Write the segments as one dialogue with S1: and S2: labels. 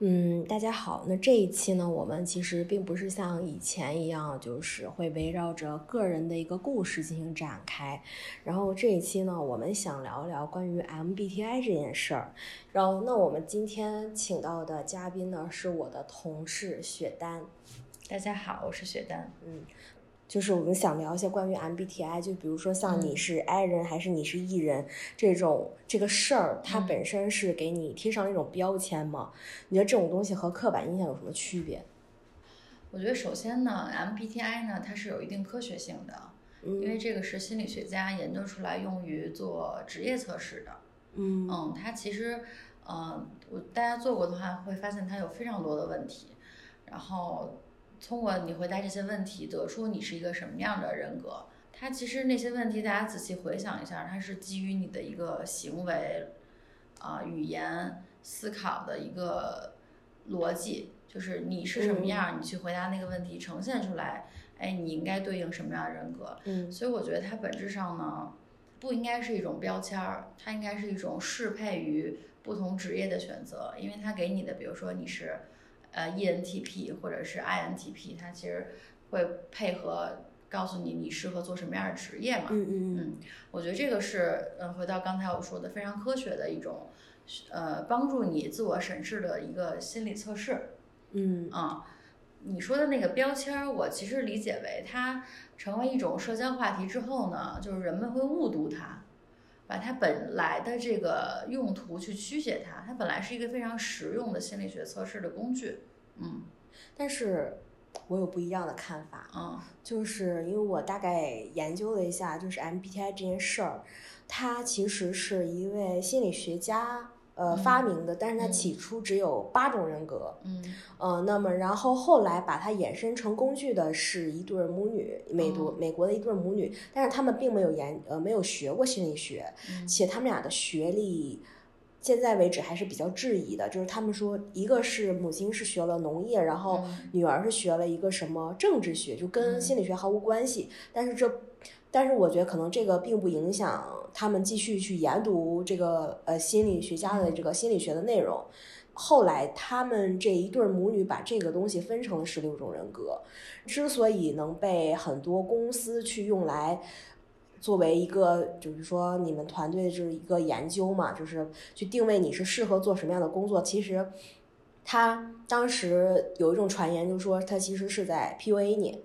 S1: 嗯，大家好。那这一期呢，我们其实并不是像以前一样，就是会围绕着个人的一个故事进行展开。然后这一期呢，我们想聊一聊关于 MBTI 这件事儿。然后，那我们今天请到的嘉宾呢，是我的同事雪丹。
S2: 大家好，我是雪丹。
S1: 嗯，就是我们想聊一些关于 MBTI，就比如说像你是 I 人还是你是 E 人、这种这个事儿，它
S2: 嗯
S1: 本身是给你贴上了一种标签嘛？你觉得这种东西和刻板印象有什么区别？
S2: 我觉得首先呢，MBTI 呢，它是有一定科学性的，
S1: 嗯，
S2: 因为这个是心理学家研究出来用于做职业测试的。
S1: 嗯
S2: 嗯，它其实，呃，我大家做过的话会发现它有非常多的问题，然后通过你回答这些问题得出你是一个什么样的人格。它其实那些问题大家仔细回想一下，它是基于你的一个行为、啊、语言、思考的一个逻辑，就是你是什么样儿，你去回答那个问题呈现出来，哎，你应该对应什么样的人格。
S1: 嗯
S2: 所以我觉得它本质上呢，不应该是一种标签儿，它应该是一种适配于不同职业的选择，因为它给你的，比如说你是呃 ENTP 或者是 INTP，它其实会配合告诉你你适合做什么样的职业嘛。
S1: 嗯嗯
S2: 嗯，我觉得这个是，嗯，回到刚才我说的非常科学的一种，呃，帮助你自我审视的一个心理测试。
S1: 嗯
S2: 啊，你说的那个标签儿，我其实理解为它成为一种社交话题之后呢，就是人们会误读它，把它本来的这个用途去曲解它。它本来是一个非常实用的心理学测试的工具。嗯
S1: 但是我有不一样的看法，
S2: 嗯
S1: 就是因为我大概研究了一下，就是 MBTI 这件事儿，它其实是一位心理学家。呃，发明的，但是它
S2: 嗯
S1: 起初只有八种人格，
S2: 嗯
S1: 呃，那么然后后来把它衍生成工具的是一对儿母女，美国、
S2: 嗯
S1: 美国的一对儿母女，但是他们并没有研呃没有学过心理学，
S2: 嗯
S1: 且他们俩的学历。现在为止还是比较质疑的，就是他们说，一个是母亲是学了农业，然后
S2: 嗯
S1: 女儿是学了一个什么政治学，就跟
S2: 嗯
S1: 心理学毫无关系。但是这，但是我觉得可能这个并不影响他们继续去研读这个呃心理学家
S2: 嗯
S1: 的这个心理学的内容。后来，他们这一对儿母女把这个东西分成了十六种人格，之所以能被很多公司去用来作为一个，就是说你们团队的就是一个研究嘛，就是去定位你是适合做什么样的工作。其实，他当时有一种传言，就说他其实是在 PUA 你。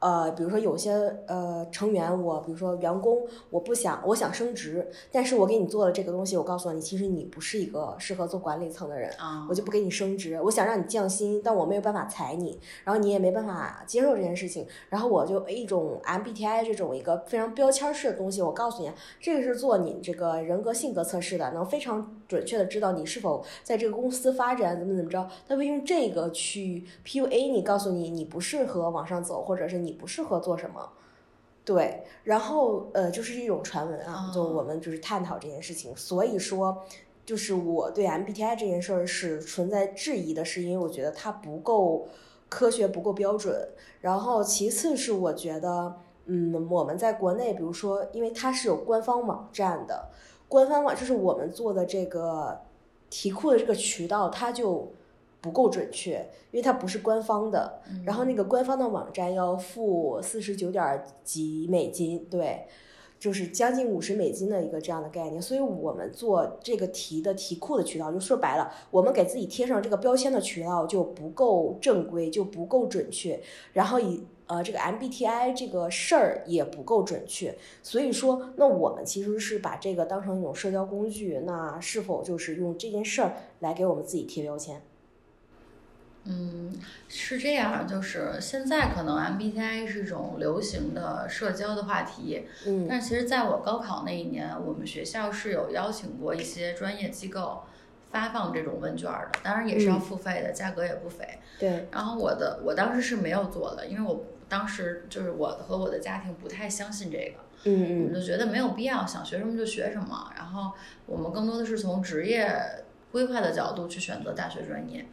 S1: 呃，比如说有些呃成员，我比如说员工，我不想我想升职，但是我给你做了这个东西，我告诉你，其实你不是一个适合做管理层的人，
S2: 啊，
S1: 我就不给你升职，我想让你降薪，但我没有办法裁你，然后你也没办法接受这件事情，然后我就一种 MBTI 这种一个非常标签式的东西，我告诉你，这个是做你这个人格性格测试的，能非常准确的知道你是否在这个公司发展怎么怎么着，他会用这个去 PUA 你，告诉你你不适合往上走，或者是你不适合做什么。对，然后呃，就是一种传闻啊，就
S2: 哦
S1: 我们就是探讨这件事情，所以说。就是我对 MBTI 这件事儿是存在质疑的，是因为我觉得它不够科学、不够标准。然后其次是我觉得，嗯，我们在国内，比如说，因为它是有官方网站的，官方网就是我们做的这个题库的这个渠道，它就不够准确，因为它不是官方的。
S2: 嗯
S1: 然后那个官方的网站要付四十九点几美金，对，就是将近五十美金的一个这样的概念。所以我们做这个题的题库的渠道，就说白了，我们给自己贴上这个标签的渠道就不够正规，就不够准确。然后以呃这个 MBTI 这个事儿也不够准确，所以说，那我们其实是把这个当成一种社交工具，那是否就是用这件事儿来给我们自己贴标签？
S2: 嗯，是这样，就是现在可能 MBTI 是一种流行的社交的话题，
S1: 嗯
S2: 但其实，在我高考那一年，我们学校是有邀请过一些专业机构发放这种问卷儿的，当然也是要
S1: 嗯
S2: 付费的，价格也不菲。
S1: 对，
S2: 然后我的我当时是没有做的，因为我当时就是我和我的家庭不太相信这个，我们
S1: 嗯
S2: 就觉得没有必要，想学什么就学什么。然后我们更多的是从职业规划的角度去选择大学专业。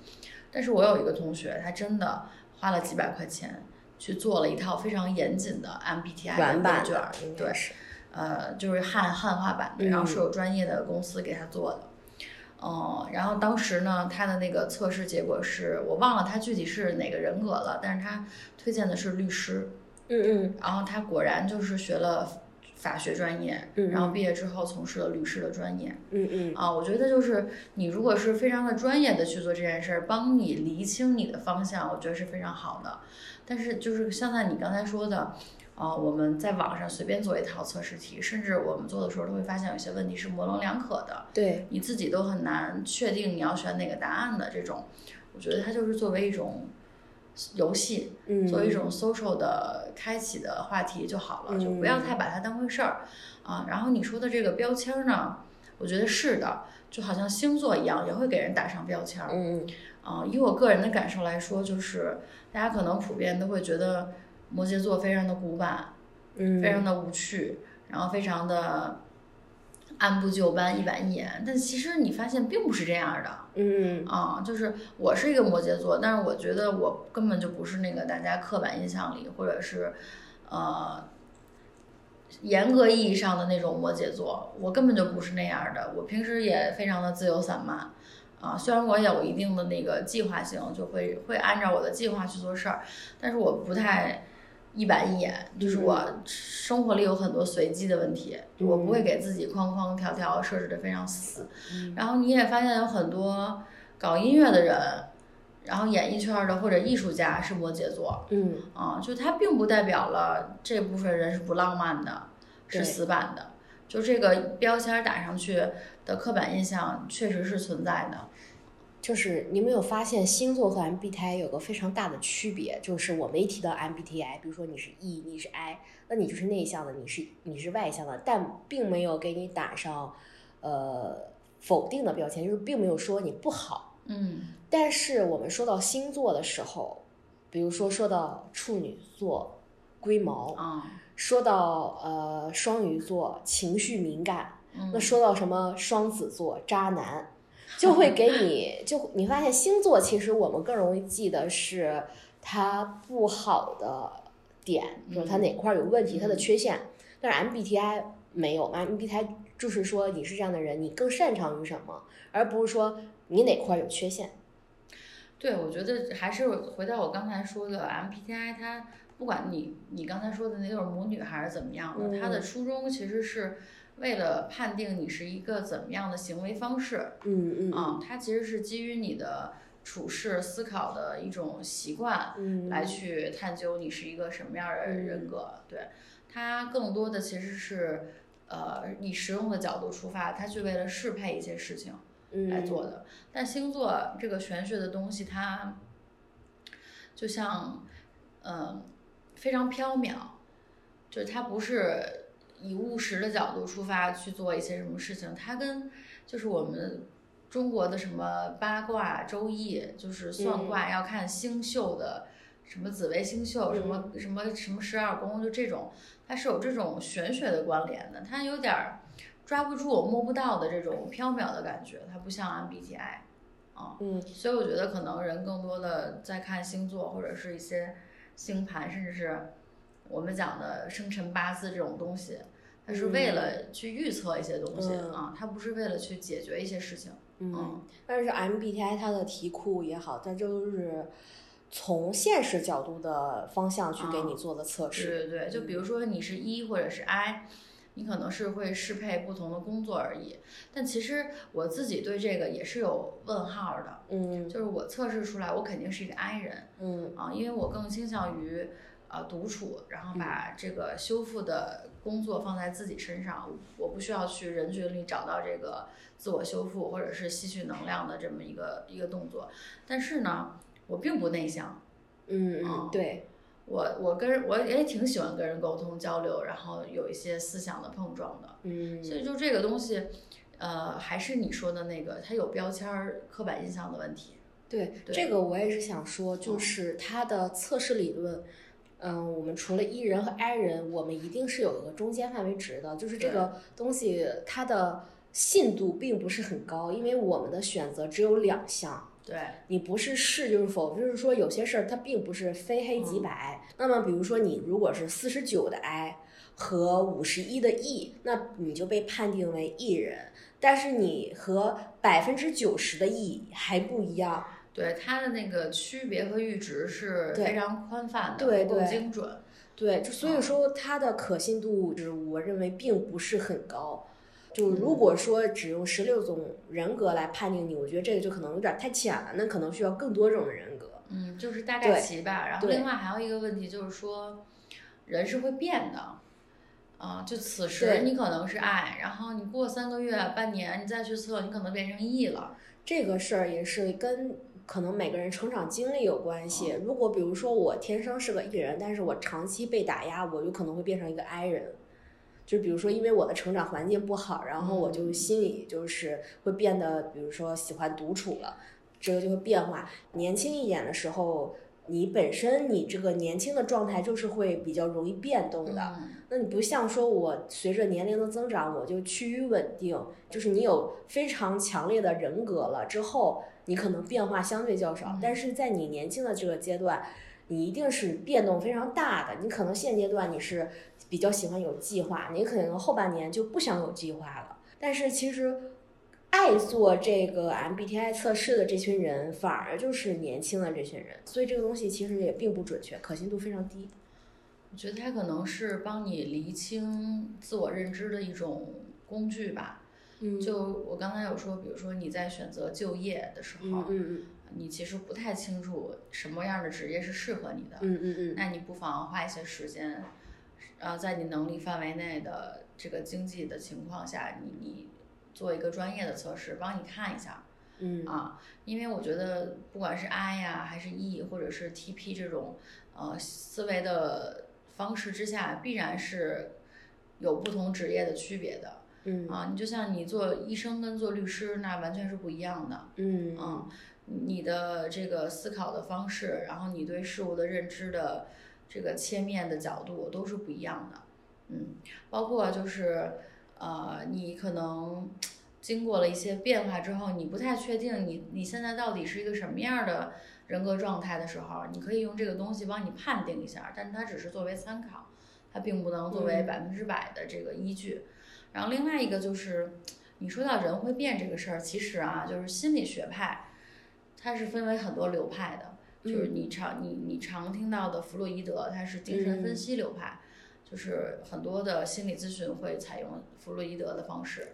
S2: 但是我有一个同学，他真的花了几百块钱去做了一套非常严谨的 MBTI 的
S1: 原版
S2: 问卷嗯儿
S1: 的应，该
S2: 对，
S1: 是，嗯
S2: 呃，就是汉汉化版的，然后是有专业的公司给他做的。嗯，然后当时呢，他的那个测试结果是我忘了他具体是哪个人格了，但是他推荐的是律师，
S1: 嗯
S2: 然后他果然就是学了法学专业，
S1: 嗯
S2: 然后毕业之后从事了律师的专业。
S1: 嗯嗯
S2: 啊，我觉得就是你如果是非常的专业的去做这件事儿，帮你厘清你的方向，我觉得是非常好的。但是就是像在你刚才说的，啊，我们在网上随便做一套测试题，甚至我们做的时候都会发现有些问题是模棱两可的，
S1: 嗯，对，
S2: 你自己都很难确定你要选哪个答案的这种，我觉得它就是作为一种游戏，
S1: 嗯，
S2: 作为一种 social 的开启的话题就好了，就不要太把它当回事儿啊。然后你说的这个标签儿呢，我觉得是的，就好像星座一样，也会给人打上标签儿
S1: 嗯，
S2: 啊。以我个人的感受来说，就是大家可能普遍都会觉得摩羯座非常的古板，
S1: 嗯嗯，
S2: 非常的无趣，然后非常的按部就班、一板一眼。但其实你发现并不是这样的
S1: 嗯
S2: 啊，就是我是一个摩羯座，但是我觉得我根本就不是那个大家刻板印象里或者是呃严格意义上的那种摩羯座，我根本就不是那样的。我平时也非常的自由散漫。啊，虽然我有一定的那个计划性，就会会按照我的计划去做事儿，但是我不太一板一眼，就是我生活里有很多随机的问题，就我不会给自己框框条条设置的非常死。然后你也发现有很多搞音乐的人，然后演艺圈儿的或者艺术家是摩羯座，
S1: 嗯
S2: 啊，就它并不代表了这部分人是不浪漫的，
S1: 对
S2: 是死板的。就这个标签儿打上去的刻板印象确实是存在的。
S1: 就是你没有发现星座和 MBTI 有个非常大的区别，就是我们一提到 MBTI，比如说你是 E，你是 I，那你就是内向的，你是你是外向的，但并没有给你打上呃否定的标签，就是并没有说你不好。
S2: 嗯
S1: 但是我们说到星座的时候，比如说说到处女座、龟毛，
S2: 啊，
S1: 说到呃双鱼座情绪敏感，
S2: 嗯
S1: 那说到什么双子座渣男，就会给 你就你发现星座其实我们更容易记得是它不好的点，就是它哪块儿有问题，它的缺陷。但是 MBTI 没有，MBTI 就是说你是这样的人，你更擅长于什么，而不是说你哪块儿有缺陷。
S2: 对，我觉得还是回到我刚才说的 MBTI，它不管你你刚才说的那对母女还是怎么样的，它的初衷其实是为了判定你是一个怎么样的行为方式
S1: 嗯嗯
S2: 啊、它其实是基于你的处事思考的一种习惯
S1: 嗯，
S2: 来去探究你是一个什么样的人格。对，它更多的其实是呃以实用的角度出发，它去为了适配一些事情。
S1: 嗯
S2: 来做的。但星座这个玄学的东西，它就像嗯非常缥缈，就是它不是以务实的角度出发去做一些什么事情，它跟就是我们。中国的什么八卦、周易，就是算卦要看星宿的，什么紫微星宿，什么什么什么十二宫，就这种，它是有这种玄学的关联的，它有点儿抓不住、摸不到的这种缥缈的感觉，它不像 MBTI 啊，
S1: 嗯，
S2: 所以我觉得可能人更多的在看星座或者是一些星盘，甚至是我们讲的生辰八字这种东西，它是为了去预测一些东西、
S1: 嗯
S2: 啊，它不是为了去解决一些事情，
S1: 嗯
S2: 嗯，
S1: 但是 MBTI 它的题库也好，它就是从现实角度的方向去给你做的测
S2: 对
S1: 试。
S2: 对对，就比
S1: 嗯
S2: 如说你是一或者是 I，你可能是会适配不同的工作而已，但其实我自己对这个也是有问号的，
S1: 嗯
S2: 就是我测试出来我肯定是一个 I 人。
S1: 嗯
S2: 啊，因为我更倾向于呃独处，然后把这个修复的工作放在自己身上，我不需要去人群里找到这个自我修复或者是吸取能量的这么一个一个动作。但是呢，我并不内向，
S1: 嗯嗯
S2: 哦，
S1: 对，
S2: 我我跟我也挺喜欢跟人沟通交流，然后有一些思想的碰撞的。
S1: 嗯
S2: 所以就这个东西，呃，还是你说的那个，它有标签儿、刻板印象的问题。
S1: 对，
S2: 对
S1: 这个我也是想说，就是它的测试理论。嗯，我们除了 E 人和 I 人，我们一定是有一个中间范围值的，就是这
S2: 对
S1: 个东西它的信度并不是很高，因为我们的选择只有两项，
S2: 对，
S1: 你不是是就是否，就是说有些事儿它并不是非黑即白。那么比如说你如果是四十九的 I 和五十一的 E，那你就被判定为 E 人。但是你和百分之九十的 E 还不一样。
S2: 对它的那个区别和阈值是
S1: 对
S2: 非常宽泛的，
S1: 对
S2: 不够
S1: 对
S2: 精准。
S1: 对，就所以
S2: 啊
S1: 说它的可信度，就是我认为并不是很高。就如果说只用十六种人格来判定你，我觉得这个就可能有点太浅了，那可能需要更多种人格。
S2: 嗯，就是大概
S1: 对
S2: 齐吧。然后
S1: 对
S2: 另外还有一个问题就是说，人是会变的。啊，就此时
S1: 对
S2: 你可能是爱，然后你过三个月、半年，你再去测，你可能变成 E 了。
S1: 这个事儿也是跟可能每个人成长经历有关系。如果比如说我天生是个 E 人，但是我长期被打压，我就可能会变成一个 I 人。就比如说，因为我的成长环境不好，然后我就心里就是会变得，比如说喜欢独处了，这个就会变化。年轻一点的时候，你本身你这个年轻的状态就是会比较容易变动的。
S2: 嗯，
S1: 那你不像说我随着年龄的增长，我就趋于稳定，就是你有非常强烈的人格了之后，你可能变化相对较少
S2: 嗯。
S1: 但是在你年轻的这个阶段，你一定是变动非常大的。你可能现阶段你是比较喜欢有计划，你可能后半年就不想有计划了。但是其实。爱做这个 MBTI 测试的这群人，反而就是年轻的这群人，所以这个东西其实也并不准确，可信度非常低。
S2: 我觉得它可能是帮你厘清自我认知的一种工具吧。
S1: 嗯
S2: 就我刚才有说，比如说你在选择就业的时候，
S1: 嗯嗯
S2: 你其实不太清楚什么样的职业是适合你的，
S1: 嗯嗯嗯，
S2: 那你不妨花一些时间，呃，在你能力范围内的这个经济的情况下，你你做一个专业的测试，帮你看一下
S1: 嗯
S2: 啊，因为我觉得不管是 I 呀、还是 E 或者是 TP 这种呃思维的方式之下，必然是有不同职业的区别的
S1: 嗯
S2: 啊。你就像你做医生跟做律师，那完全是不一样的。
S1: 嗯
S2: 嗯，你的这个思考的方式，然后你对事物的认知的这个切面的角度都是不一样的。嗯，包括就是呃，你可能经过了一些变化之后，你不太确定你你现在到底是一个什么样的人格状态的时候，你可以用这个东西帮你判定一下，但是它只是作为参考，它并不能作为
S1: 嗯
S2: 百分之百的这个依据。然后另外一个就是，你说到人会变这个事儿，其实啊，就是心理学派，它是分为很多流派的。就是
S1: 嗯
S2: 你常你你常听到的弗洛伊德，他是精神分
S1: 嗯
S2: 析流派，就是很多的心理咨询会采用弗洛伊德的方式，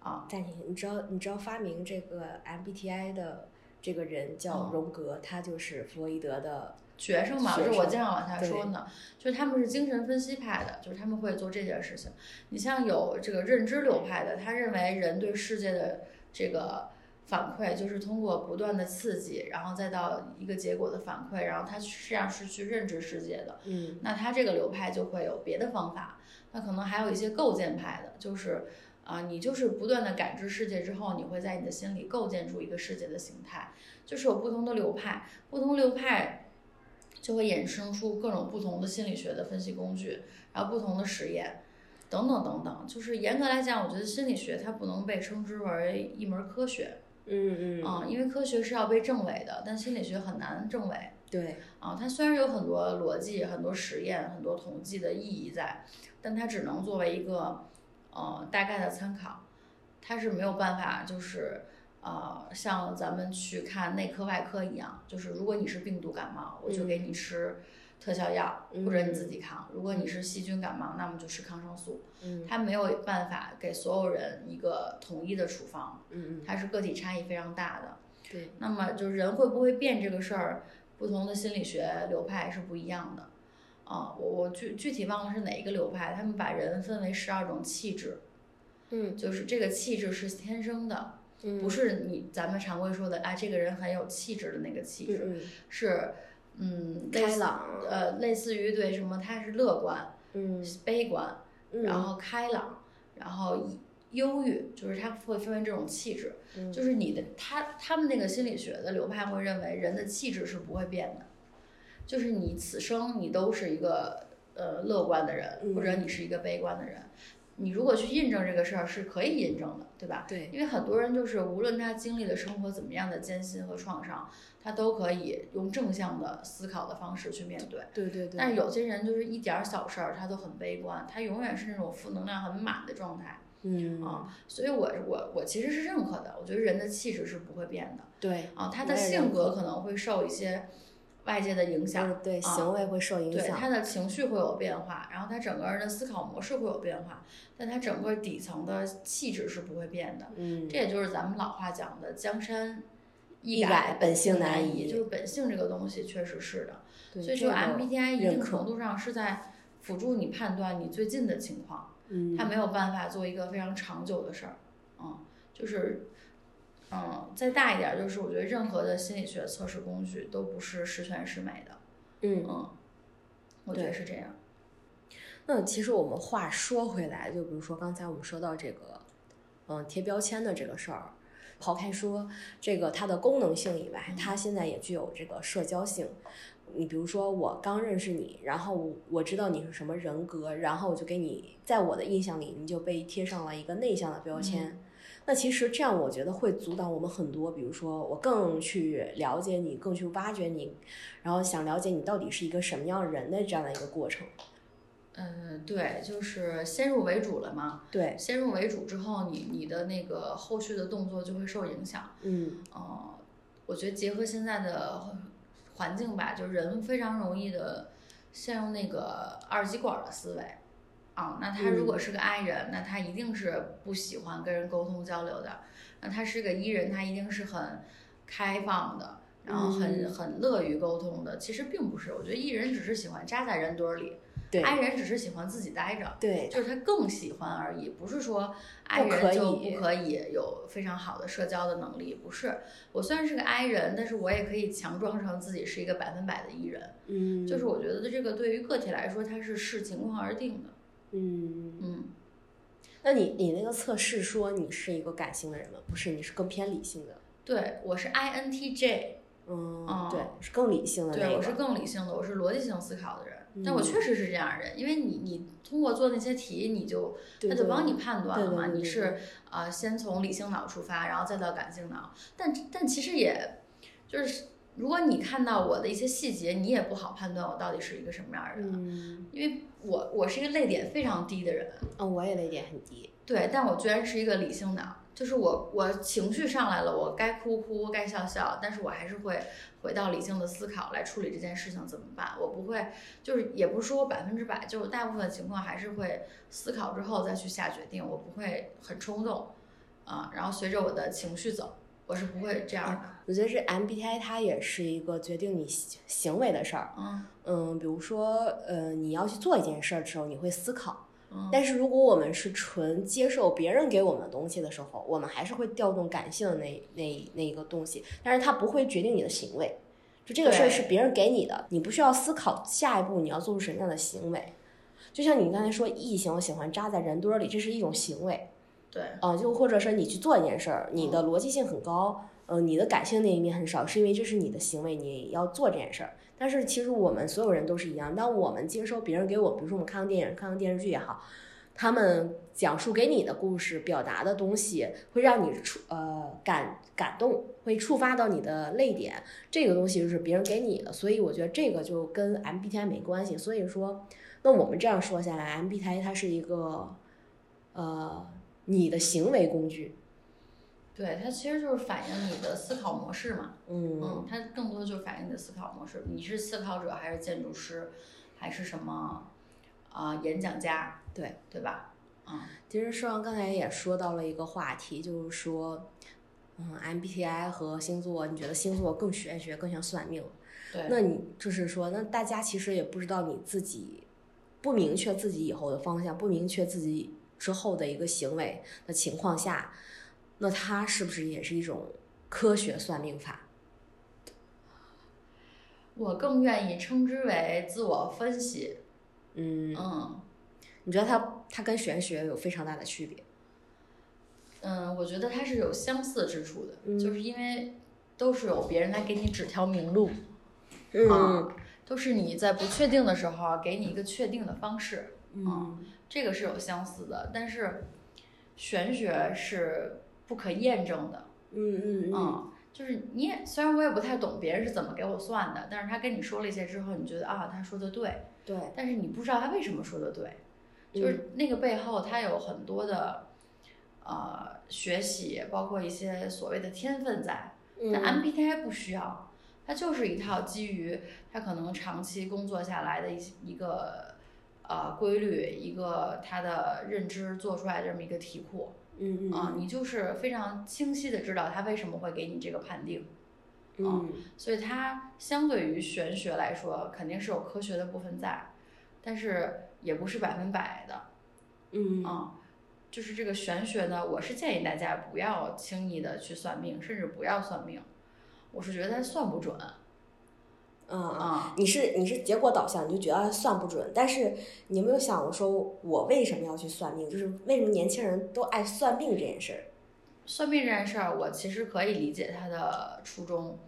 S2: 啊，
S1: 但你你知道你知道发明这个 MBTI 的这个人叫
S2: 嗯
S1: 荣格，他就是弗洛伊德的，
S2: 学生嘛，
S1: 学
S2: 就是我
S1: 生
S2: 经常往下
S1: 对
S2: 说呢，就是他们是精神分析派的，就是他们会做这件事情。你像有这个认知流派的，他认为人对世界的这个反馈就是通过不断的刺激，然后再到一个结果的反馈，然后他实际上是去认知世界的。
S1: 嗯
S2: 那他这个流派就会有别的方法，那可能还有一些构建派的，就是啊、你就是不断的感知世界之后，你会在你的心里构建出一个世界的形态，就是有不同的流派，不同流派就会衍生出各种不同的心理学的分析工具，然后不同的实验。等等等等，就是严格来讲，我觉得心理学它不能被称之为一门科学
S1: 嗯
S2: 啊、因为科学是要被证伪的，但心理学很难证伪。
S1: 对，
S2: 啊，它虽然有很多逻辑、很多实验、很多统计的意义在，但它只能作为一个呃大概的参考，它是没有办法就是呃像咱们去看内科外科一样，就是如果你是病毒感冒，我就给你吃特效药、或者你自己扛；如果你是细菌感冒，那么就吃抗生素。
S1: 嗯
S2: 它没有办法给所有人一个统一的处方，
S1: 嗯嗯
S2: 它是个体差异非常大的。
S1: 对，
S2: 那么就是人会不会变这个事儿，不同的心理学流派是不一样的。啊，我我具具体忘了是哪一个流派，他们把人分为十二种气质，
S1: 嗯
S2: 就是这个气质是天生的，
S1: 嗯
S2: 不是你咱们常规说的啊，这个人很有气质的那个气质，
S1: 嗯
S2: 是嗯
S1: 嗯
S2: 类
S1: 开
S2: 似
S1: 朗，
S2: 呃类似于对什么他是乐观、
S1: 嗯
S2: 悲观，
S1: 嗯，
S2: 然后开朗，然后忧郁，就是他会分为这种气质。
S1: 嗯
S2: 就是你的他他们那个心理学的流派会认为人的气质是不会变的，就是你此生你都是一个呃乐观的人，或者
S1: 嗯
S2: 你是一个悲观的人，你如果去印证这个事儿是可以印证的，对吧？
S1: 对，
S2: 因为很多人就是无论他经历了生活怎么样的艰辛和创伤，他都可以用正向的思考的方式去面对。
S1: 对对
S2: 但是
S1: 对，
S2: 有些人就是一点儿小事儿他都很悲观，他永远是那种负能量很满的状态。
S1: 嗯
S2: 啊，所以我我我其实是认可的，我觉得人的气质是不会变的
S1: 对，
S2: 啊，他
S1: 我
S2: 的
S1: 也认
S2: 性格
S1: 可
S2: 可能会受一些外界的影响，
S1: 嗯对
S2: 啊
S1: 行为会受影
S2: 对
S1: 响，
S2: 他的情绪会有变化，然后他整个人的思考模式会有变化，但他整个底层的气质是不会变的。
S1: 嗯
S2: 这也就是咱们老话讲的“江山易
S1: 易改
S2: 改，
S1: 本性
S2: 难
S1: 难移
S2: 就是本性这个东西确实是的，
S1: 对
S2: 所以
S1: 这
S2: 说
S1: 个
S2: MBTI 一定
S1: 认可
S2: 程度上是在辅助你判断你最近的情况，
S1: 嗯
S2: 它没有办法做一个非常长久的事儿。嗯，就是。嗯，再大一点，就是我觉得任何的心理学测试工具都不是十全十美的。
S1: 嗯。
S2: 嗯，我觉得
S1: 对
S2: 是这样。
S1: 那其实我们话说回来，就比如说刚才我们说到这个，嗯，贴标签的这个事儿，抛开说这个它的功能性以外
S2: 嗯，
S1: 它现在也具有这个社交性。你比如说，我刚认识你，然后我知道你是什么人格，然后我就给你，在我的印象里，你就被贴上了一个内向的标签。那其实这样，我觉得会阻挡我们很多，比如说我更去了解你，更去挖掘你，然后想了解你到底是一个什么样人的这样的一个过程。
S2: 嗯，对，就是先入为主了嘛。
S1: 对，
S2: 先入为主之后，你你的那个后续的动作就会受影响。
S1: 嗯。
S2: 呃，我觉得结合现在的环境吧，就人非常容易的陷入那个二极管的思维。啊，那他
S1: 嗯
S2: 如果是个 I 人，那他一定是不喜欢跟人沟通交流的。那他是个 E 人，他一定是很开放的，然后很、
S1: 嗯
S2: 很乐于沟通的。其实并不是，我觉得 E 人只是喜欢扎在人堆儿里
S1: 对
S2: ，I 人只是喜欢自己待着。
S1: 对，
S2: 就是他更喜欢而已，不是说 I
S1: 不可
S2: 人就
S1: 以
S2: 不可以有非常好的社交的能力，不是。我虽然是个 I 人，但是我也可以强装成自己是一个百分百的 E 人，
S1: 嗯，
S2: 就是我觉得这个对于个体来说，它是视情况而定的。
S1: 嗯，
S2: 嗯，
S1: 那你你那个测试说你是一个感性的人吗？不是，你是更偏理性的。
S2: 对，我是 INTJ，
S1: 嗯，
S2: 哦
S1: 对，是更理性的那
S2: 对
S1: 个。
S2: 我是更理性的，我是逻辑性思考的人。但我
S1: 嗯
S2: 确实是这样的人，因为你你通过做那些题，你就
S1: 对
S2: 他就
S1: 对
S2: 帮你判断
S1: 对
S2: 了
S1: 对
S2: 嘛，
S1: 对
S2: 你
S1: 对
S2: 是
S1: 对
S2: 啊，先从理性脑出发，然后再到感性脑。但但其实也，就是如果你看到我的一些细节，你也不好判断我到底是一个什么样的人，
S1: 嗯，
S2: 因为我我是一个泪点非常低的人，
S1: 啊，我也泪点很低。
S2: 对，但我居然是一个理性脑，就是我我情绪上来了，我该哭哭，该笑笑，但是我还是会回到理性的思考来处理这件事情怎么办。我不会，就是也不是说我百分之百，就是大部分情况还是会思考之后再去下决定，我不会很冲动啊、然后随着我的情绪走，我是不会这样的。
S1: 我觉得这 MBTI 它也是一个决定你行行为的事儿。
S2: 嗯
S1: 嗯，比如说，呃，你要去做一件事儿的时候，你会思考。
S2: 嗯，
S1: 但是如果我们是纯接受别人给我们的东西的时候，我们还是会调动感性的那那那一个东西，但是它不会决定你的行为。就这个事儿
S2: 对
S1: 是别人给你的，你不需要思考下一步你要做出什么样的行为。就像你刚才说，E 型喜欢扎在人堆儿里，这是一种行为
S2: 对
S1: 啊、就或者是你去做一件事儿，你的逻辑性很高，呃，你的感性那一面很少，是因为这是你的行为，你要做这件事儿。但是其实我们所有人都是一样，当我们接收别人给我，比如说我们看看电影、看看电视剧也好，他们讲述给你的故事、表达的东西，会让你触呃感感动，会触发到你的泪点。这个东西就是别人给你的，所以我觉得这个就跟 MBTI 没关系。所以说，那我们这样说下来，MBTI 它是一个呃你的行为工具，
S2: 对，它其实就是反映你的思考模式嘛。嗯
S1: 嗯，，
S2: 它更多就是反映你的思考模式，你是思考者还是建筑师，还是什么啊、演讲家，
S1: 对
S2: 对吧？啊、
S1: 其实上刚才也说到了一个话题，就是说，嗯，MBTI 和星座，你觉得星座更玄学，更像算命？
S2: 对，
S1: 那你就是说，那大家其实也不知道你自己，不明确自己以后的方向，不明确自己之后的一个行为的情况下，那它是不是也是一种科学算命法？
S2: 我更愿意称之为自我分析。
S1: 嗯，
S2: 嗯
S1: 你觉得它它跟玄学有非常大的区别？
S2: 嗯，我觉得它是有相似之处的，
S1: 嗯
S2: 就是因为都是有别人来给你指条明路，
S1: 嗯
S2: 啊，都是你在不确定的时候啊给你一个确定的方式。啊
S1: 嗯
S2: 这个是有相似的，但是玄学是不可验证的。
S1: 嗯嗯嗯
S2: 嗯，就是你也虽然我也不太懂别人是怎么给我算的，但是他跟你说了一些之后，你觉得啊他说的对，
S1: 对，嗯
S2: 但是你不知道他为什么说的对，就是那个背后他有很多的呃学习，包括一些所谓的天分在。但
S1: 嗯
S2: MBTI 不需要，它就是一套基于他可能长期工作下来的一些一个呃规律，一个他的认知做出来这么一个题库
S1: 嗯
S2: 啊、
S1: 嗯
S2: 你就是非常清晰的知道他为什么会给你这个判定，啊
S1: 嗯
S2: 所以它相对于玄学来说，肯定是有科学的部分在，但是也不是百分百的。
S1: 嗯嗯
S2: 嗯，就是这个玄学呢，我是建议大家不要轻易的去算命，甚至不要算命。我是觉得算不准
S1: 嗯。
S2: 啊、
S1: 你是你是结果导向，你就觉得啊算不准。但是你有没有想过，说我为什么要去算命？就是为什么年轻人都爱算命这件事儿？
S2: 算命这件事儿，我其实可以理解他的初衷。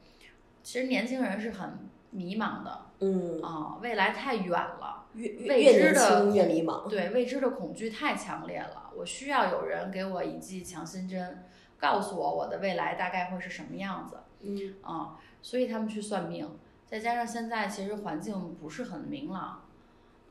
S2: 其实年轻人是很迷茫的啊、
S1: 嗯，
S2: 未来太远了，
S1: 越越
S2: 未
S1: 越
S2: 知
S1: 年
S2: 的
S1: 轻越迷茫。
S2: 对未知的恐惧太强烈了。我需要有人给我一剂强心针，告诉我我的未来大概会是什么样子。
S1: 嗯
S2: 啊，所以他们去算命，再加上现在其实环境不是很明朗，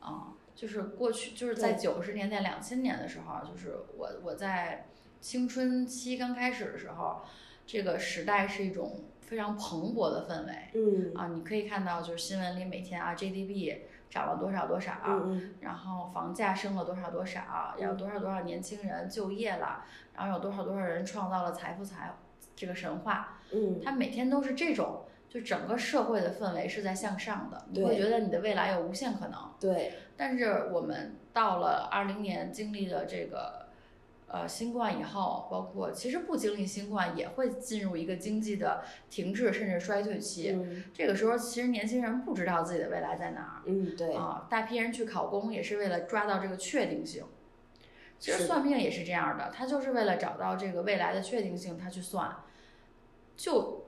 S2: 啊，就是过去就是在
S1: 对
S2: 九十年代、两千年的时候，啊就是我我在青春期刚开始的时候，这个时代是一种非常蓬勃的氛围
S1: 嗯
S2: 啊，你可以看到就是新闻里每天啊 GDP 涨了多少多少，
S1: 嗯
S2: 然后房价升了多少多少，然后多少多少年轻人就业了，然后有多少多少人创造了财富财这个神话。
S1: 嗯
S2: 它每天都是这种，就整个社会的氛围是在向上的，你
S1: 对
S2: 会觉得你的未来有无限可能。
S1: 对，
S2: 但是我们到了二零年经历了这个呃新冠以后，包括其实不经历新冠也会进入一个经济的停滞甚至衰退期。
S1: 嗯
S2: 这个时候，其实年轻人不知道自己的未来在哪
S1: 嗯对
S2: 儿，啊，大批人去考公也是为了抓到这个确定性。其
S1: 是
S2: 实
S1: 的
S2: 算命也是这样的，他就是为了找到这个未来的确定性，他去算。就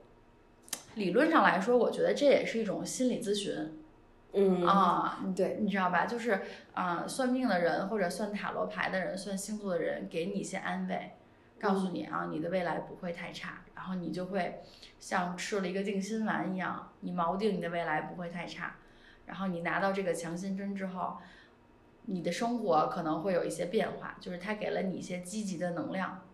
S2: 理论上来说，我觉得这也是一种心理咨询、
S1: 嗯，
S2: 啊，你
S1: 对，
S2: 你知道吧？就是啊、算命的人或者算塔罗牌的人、算星座的人，给你一些安慰，告
S1: 嗯
S2: 诉你啊，你的未来不会太差，然后你就会像吃了一个定心丸一样，你锚定你的未来不会太差，然后你拿到这个强心针之后。你的生活可能会有一些变化，就是它给了你一些积极的能量，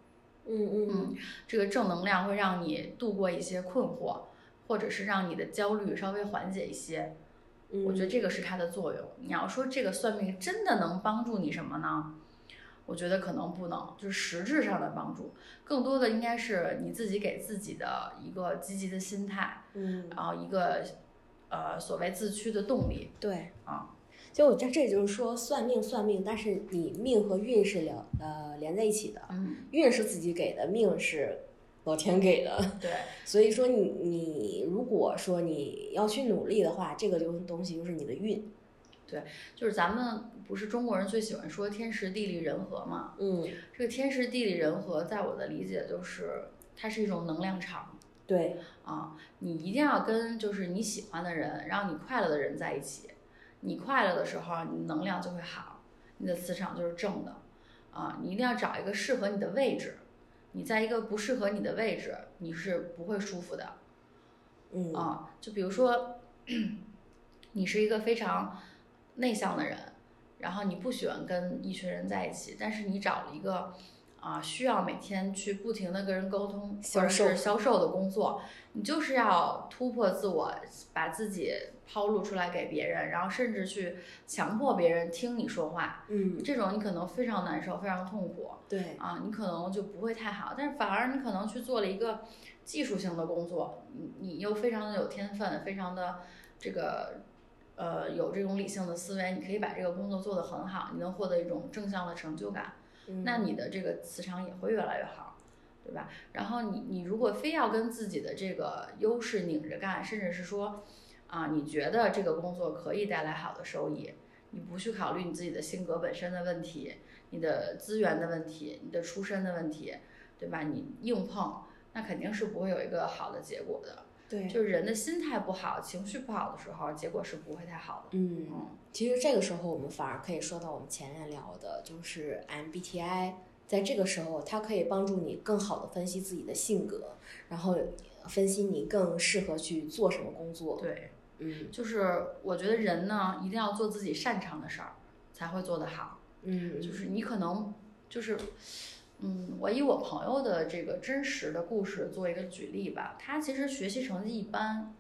S1: 嗯嗯
S2: 嗯，这个正能量会让你度过一些困惑，或者是让你的焦虑稍微缓解一些。
S1: 嗯，
S2: 我觉得这个是它的作用。你要说这个算命真的能帮助你什么呢？我觉得可能不能，就是实质上的帮助，更多的应该是你自己给自己的一个积极的心态，
S1: 嗯
S2: 然后一个呃所谓自驱的动力
S1: 对。
S2: 啊。
S1: 就我这这也就是说，算命算命，但是你命和运是两呃连在一起的，
S2: 嗯，
S1: 运是自己给的，命是老天给的。
S2: 对，
S1: 所以说你你如果说你要去努力的话，这个就东西就是你的运。
S2: 就是咱们不是中国人最喜欢说天时地利人和嘛？
S1: 嗯，
S2: 这个天时地利人和，在我的理解就是它是一种能量场
S1: 对，
S2: 啊，你一定要跟就是你喜欢的人，让你快乐的人在一起。你快乐的时候，你能量就会好，你的磁场就是正的啊。你一定要找一个适合你的位置，你在一个不适合你的位置，你是不会舒服的
S1: 嗯
S2: 啊。就比如说，你是一个非常内向的人，然后你不喜欢跟一群人在一起，但是你找了一个啊需要每天去不停的跟人沟通或
S1: 销
S2: 者
S1: 售
S2: 是销售的工作，你就是要突破自我，把自己抛露出来给别人，然后甚至去强迫别人听你说话，
S1: 嗯，
S2: 这种你可能非常难受，非常痛苦。
S1: 对，
S2: 啊，你可能就不会太好，但是反而你可能去做了一个技术性的工作，你你又非常的有天分，非常的这个呃有这种理性的思维，你可以把这个工作做得很好，你能获得一种正向的成就感，
S1: 嗯
S2: 那你的这个磁场也会越来越好，对吧？然后你你如果非要跟自己的这个优势拧着干，甚至是说啊，你觉得这个工作可以带来好的收益，你不去考虑你自己的性格本身的问题，你的资源的问题，你的出身的问题，对吧？你硬碰，那肯定是不会有一个好的结果的。
S1: 对，
S2: 就是人的心态不好，情绪不好的时候，结果是不会太好的。
S1: 嗯。
S2: 嗯，
S1: 其实这个时候，我们反而可以说到我们前面聊的，就是 MBTI，在这个时候，它可以帮助你更好的分析自己的性格，然后分析你更适合去做什么工作。
S2: 对，
S1: 嗯
S2: 就是我觉得人呢，一定要做自己擅长的事儿，才会做得好。
S1: 嗯，
S2: 就是你可能就是嗯，我以我朋友的这个真实的故事做一个举例吧。他其实学习成绩一般，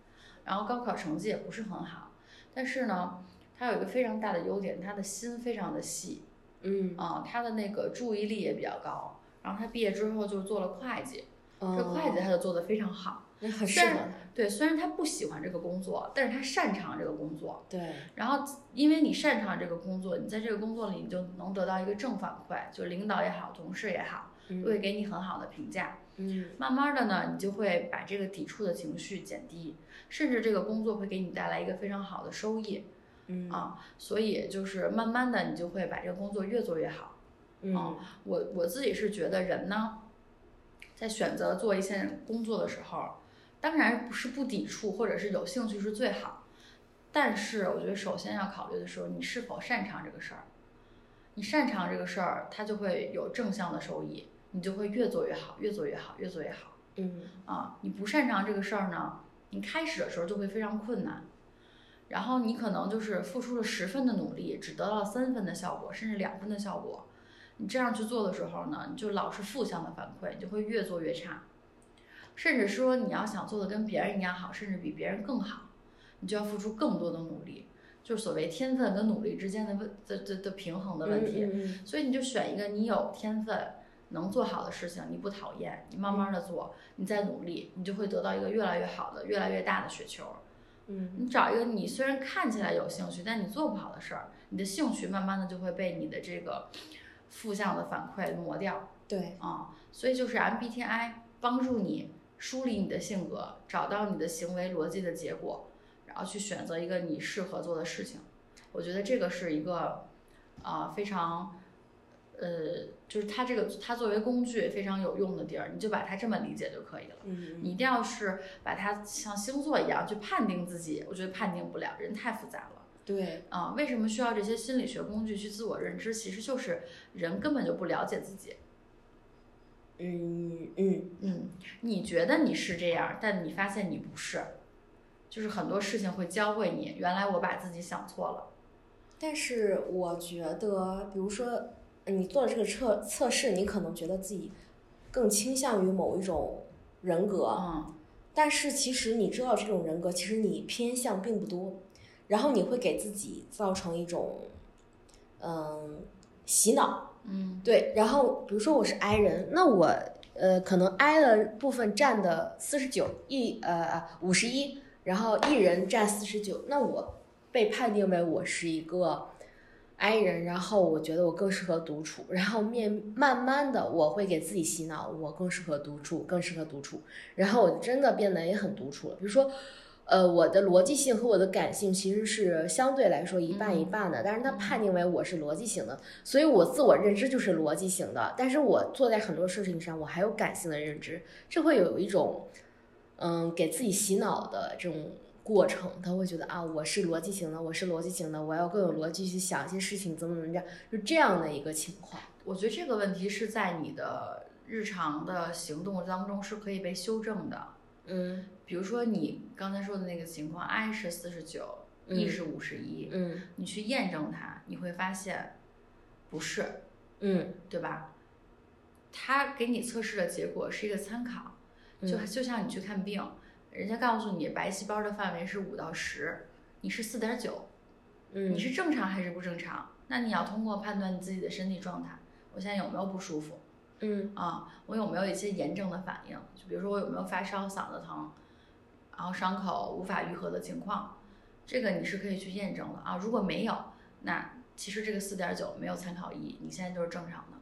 S2: 然后高考成绩也不是很好，但是呢，他有一个非常大的优点，他的心非常的细
S1: 嗯，
S2: 啊、他的那个注意力也比较高。然后他毕业之后就做了会计，这
S1: 哦
S2: 会计他就做得非常好。
S1: 那很适
S2: 虽
S1: 合
S2: 然
S1: 他，
S2: 对，虽然他不喜欢这个工作，但是他擅长这个工作。
S1: 对，
S2: 然后，因为你擅长这个工作，你在这个工作里你就能得到一个正反馈，就领导也好，同事也好，
S1: 嗯
S2: 都会给你很好的评价。
S1: 嗯
S2: 慢慢的呢，你就会把这个抵触的情绪减低，甚至这个工作会给你带来一个非常好的收益
S1: 嗯
S2: 啊。所以就是慢慢的，你就会把这个工作越做越好。
S1: 嗯
S2: 哦我我自己是觉得人呢，在选择做一件工作的时候，当然不是不抵触，或者是有兴趣是最好。但是我觉得首先要考虑的时候，你是否擅长这个事儿。你擅长这个事儿，它就会有正向的收益，你就会越做越好，越做越好，越做越好。
S1: 嗯
S2: 啊，你不擅长这个事儿呢，你开始的时候就会非常困难，然后你可能就是付出了十分的努力，只得到了三分的效果，甚至两分的效果。你这样去做的时候呢，你就老是负向的反馈，你就会越做越差，甚至说你要想做的跟别人一样好，甚至比别人更好，你就要付出更多的努力，就是所谓天分跟努力之间的问的的的平衡的问题。
S1: 嗯嗯
S2: 所以你就选一个你有天分、能做好的事情，你不讨厌，你慢慢
S1: 嗯
S2: 的做，你再努力，你就会得到一个越来越好的、越来越大的雪球。
S1: 嗯
S2: 你找一个你虽然看起来有兴趣，但你做不好的事儿，你的兴趣慢慢的就会被你的这个负向的反馈磨掉
S1: 嗯对，
S2: 啊、所以就是 MBTI 帮助你梳理你的性格，找到你的行为逻辑的结果，然后去选择一个你适合做的事情。我觉得这个是一个啊、非常呃，就是它这个它作为工具非常有用的地儿，你就把它这么理解就可以了。
S1: 嗯
S2: 你一定要是把它像星座一样去判定自己，我觉得判定不了，人太复杂了。
S1: 对，
S2: 啊、为什么需要这些心理学工具去自我认知？其实就是人根本就不了解自己。
S1: 嗯嗯
S2: 嗯，你觉得你是这样，但你发现你不是，就是很多事情会教会你，原来我把自己想错了。
S1: 但是我觉得，比如说你做了这个测测试，你可能觉得自己更倾向于某一种人格，
S2: 嗯，
S1: 但是其实你知道这种人格，其实你偏向并不多，然后你会给自己造成一种，嗯，洗脑。
S2: 嗯，
S1: 对，然后比如说我是 I 人，那我呃可能 I 的部分占的四十九一呃五十一，51, 然后 E 人占四十九，那我被判定为我是一个 I 人，然后我觉得我更适合独处，然后面慢慢的我会给自己洗脑，我更适合独处，更适合独处，然后我真的变得也很独处了，比如说。呃，我的逻辑性和我的感性其实是相对来说一半一半的，但是他判定为我是逻辑型的，所以我自我认知就是逻辑型的，但是我做在很多事情上，我还有感性的认知，这会有一种，嗯，给自己洗脑的这种过程，他会觉得啊，我是逻辑型的，我是逻辑型的，我要更有逻辑去想一些事情，怎么怎么样，就这样的一个情况。
S2: 我觉得这个问题是在你的日常的行动当中是可以被修正的。
S1: 嗯
S2: 比如说你刚才说的那个情况，I 是四十九，E
S1: 嗯
S2: 是五十一，
S1: 嗯
S2: 你去验证它，你会发现不是，
S1: 嗯
S2: 对吧？他给你测试的结果是一个参考，就
S1: 嗯
S2: 就像你去看病，人家告诉你白细胞的范围是五到十，你是四点九，
S1: 嗯
S2: 你是正常还是不正常？那你要通过判断你自己的身体状态，我现在有没有不舒服
S1: 嗯
S2: 啊？我有没有一些炎症的反应？就比如说我有没有发烧、嗓子疼，然后伤口无法愈合的情况，这个你是可以去验证的啊。如果没有，那其实这个四点九没有参考意义，你现在就是正常的。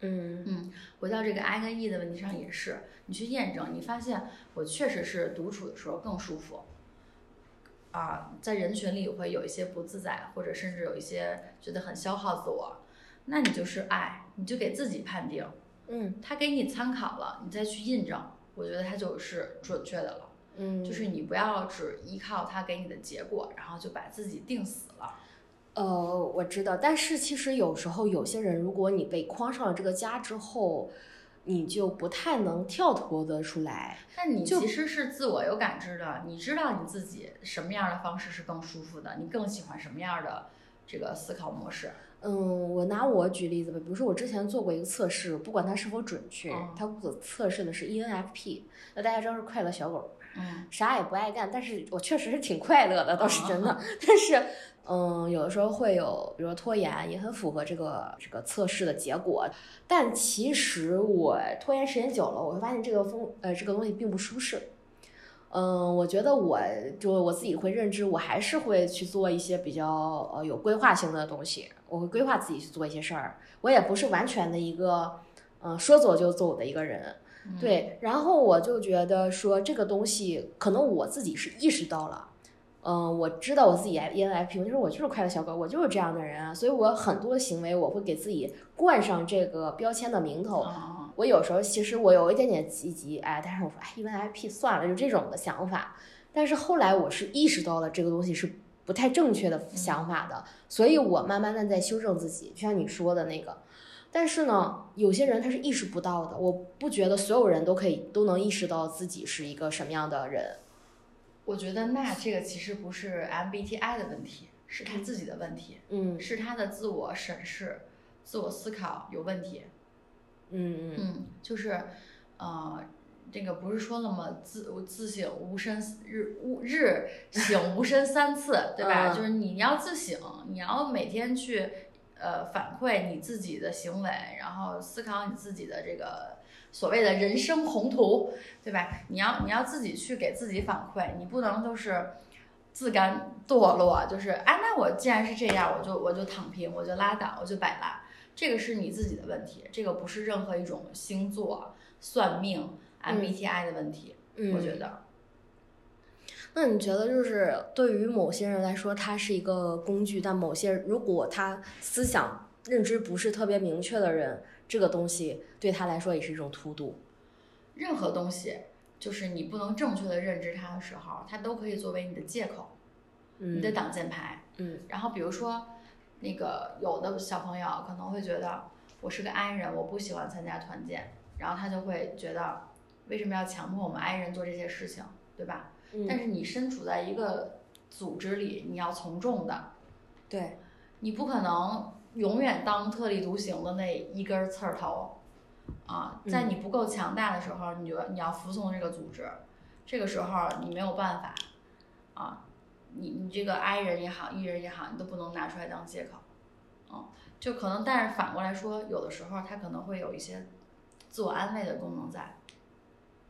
S1: 嗯
S2: 嗯，回到这个 I 跟 E 的问题上也是，你去验证，你发现我确实是独处的时候更舒服，啊，在人群里会有一些不自在，或者甚至有一些觉得很消耗自我，那你就是 I，你就给自己判定，
S1: 嗯
S2: 他给你参考了，你再去印证，我觉得它就是准确的了。
S1: 嗯，
S2: 就是你不要只依靠他给你的结果，然后就把自己定死了。
S1: 呃，我知道，但是其实有时候有些人，如果你被框上了这个家之后，你就不太能跳脱得出来。
S2: 但你
S1: 就
S2: 其实是自我有感知的，你知道你自己什么样的方式是更舒服的，你更喜欢什么样的这个思考模式。
S1: 嗯，我拿我举例子吧，比如说我之前做过一个测试，不管它是否准确
S2: 嗯，
S1: 它所测试的是 E ENFP，那大家知道是快乐小狗，
S2: 嗯
S1: 啥也不爱干，但是我确实是挺快乐的，倒是真的。 但是，嗯，有的时候会有，比如说拖延，也很符合这个这个测试的结果。但其实我拖延时间久了，我会发现这个风呃这个东西并不舒适。嗯，我觉得我就我自己会认知，我还是会去做一些比较呃有规划性的东西，我会规划自己去做一些事儿。我也不是完全的一个嗯、呃说走就走的一个人，
S2: 嗯
S1: 对，然后我就觉得说这个东西，可能我自己是意识到了，嗯、我知道我自己 ENFP，就是我就是快乐小狗，我就是这样的人啊，所以我很多行为我会给自己冠上这个标签的名头。
S2: 啊
S1: 我有时候其实我有一点点积极，哎，但是我说哎 ENFP 算了，就这种的想法。但是后来我是意识到了这个东西是不太正确的想法的，所以我慢慢的在修正自己，就像你说的那个。但是呢，有些人他是意识不到的，我不觉得所有人都可以都能意识到自己是一个什么样的人。
S2: 我觉得那这个其实不是 MBTI 的问题，是他自己的问题，
S1: 嗯
S2: 是他的自我审视、自我思考有问题。
S1: 嗯嗯
S2: 嗯，就是，呃，这个不是说了吗？自自省无深日无日省无深三次，对吧？
S1: 嗯
S2: 就是你要自省，你要每天去呃反馈你自己的行为，然后思考你自己的这个所谓的人生宏图，对吧？你要你要自己去给自己反馈，你不能就是。自甘堕落，就是哎，那我既然是这样，我就我就躺平，我就拉倒，我就摆烂，这个是你自己的问题，这个不是任何一种星座、算命、
S1: 嗯
S2: MBTI 的问题，
S1: 嗯，
S2: 我觉。得。
S1: 那你觉得就是对于某些人来说，它是一个工具，但某些人如果他思想认知不是特别明确的人，这个东西对他来说也是一种突度。
S2: 任何东西，就是你不能正确的认知它的时候，它都可以作为你的借口、
S1: 嗯，
S2: 你的挡箭牌。
S1: 嗯
S2: 然后比如说，那个有的小朋友可能会觉得我是个 I 人，我不喜欢参加团建，然后他就会觉得为什么要强迫我们 I 人做这些事情，对吧？
S1: 嗯，
S2: 但是你身处在一个组织里，你要从众的，
S1: 对，
S2: 你不可能永远当特立独行的那一根刺儿头，啊，
S1: 嗯
S2: 在你不够强大的时候，你就你要服从这个组织，这个时候你没有办法，啊，你你这个 I 人也好，E 人也好，你都不能拿出来当借口，啊，就可能，但是反过来说，有的时候它可能会有一些自我安慰的功能在，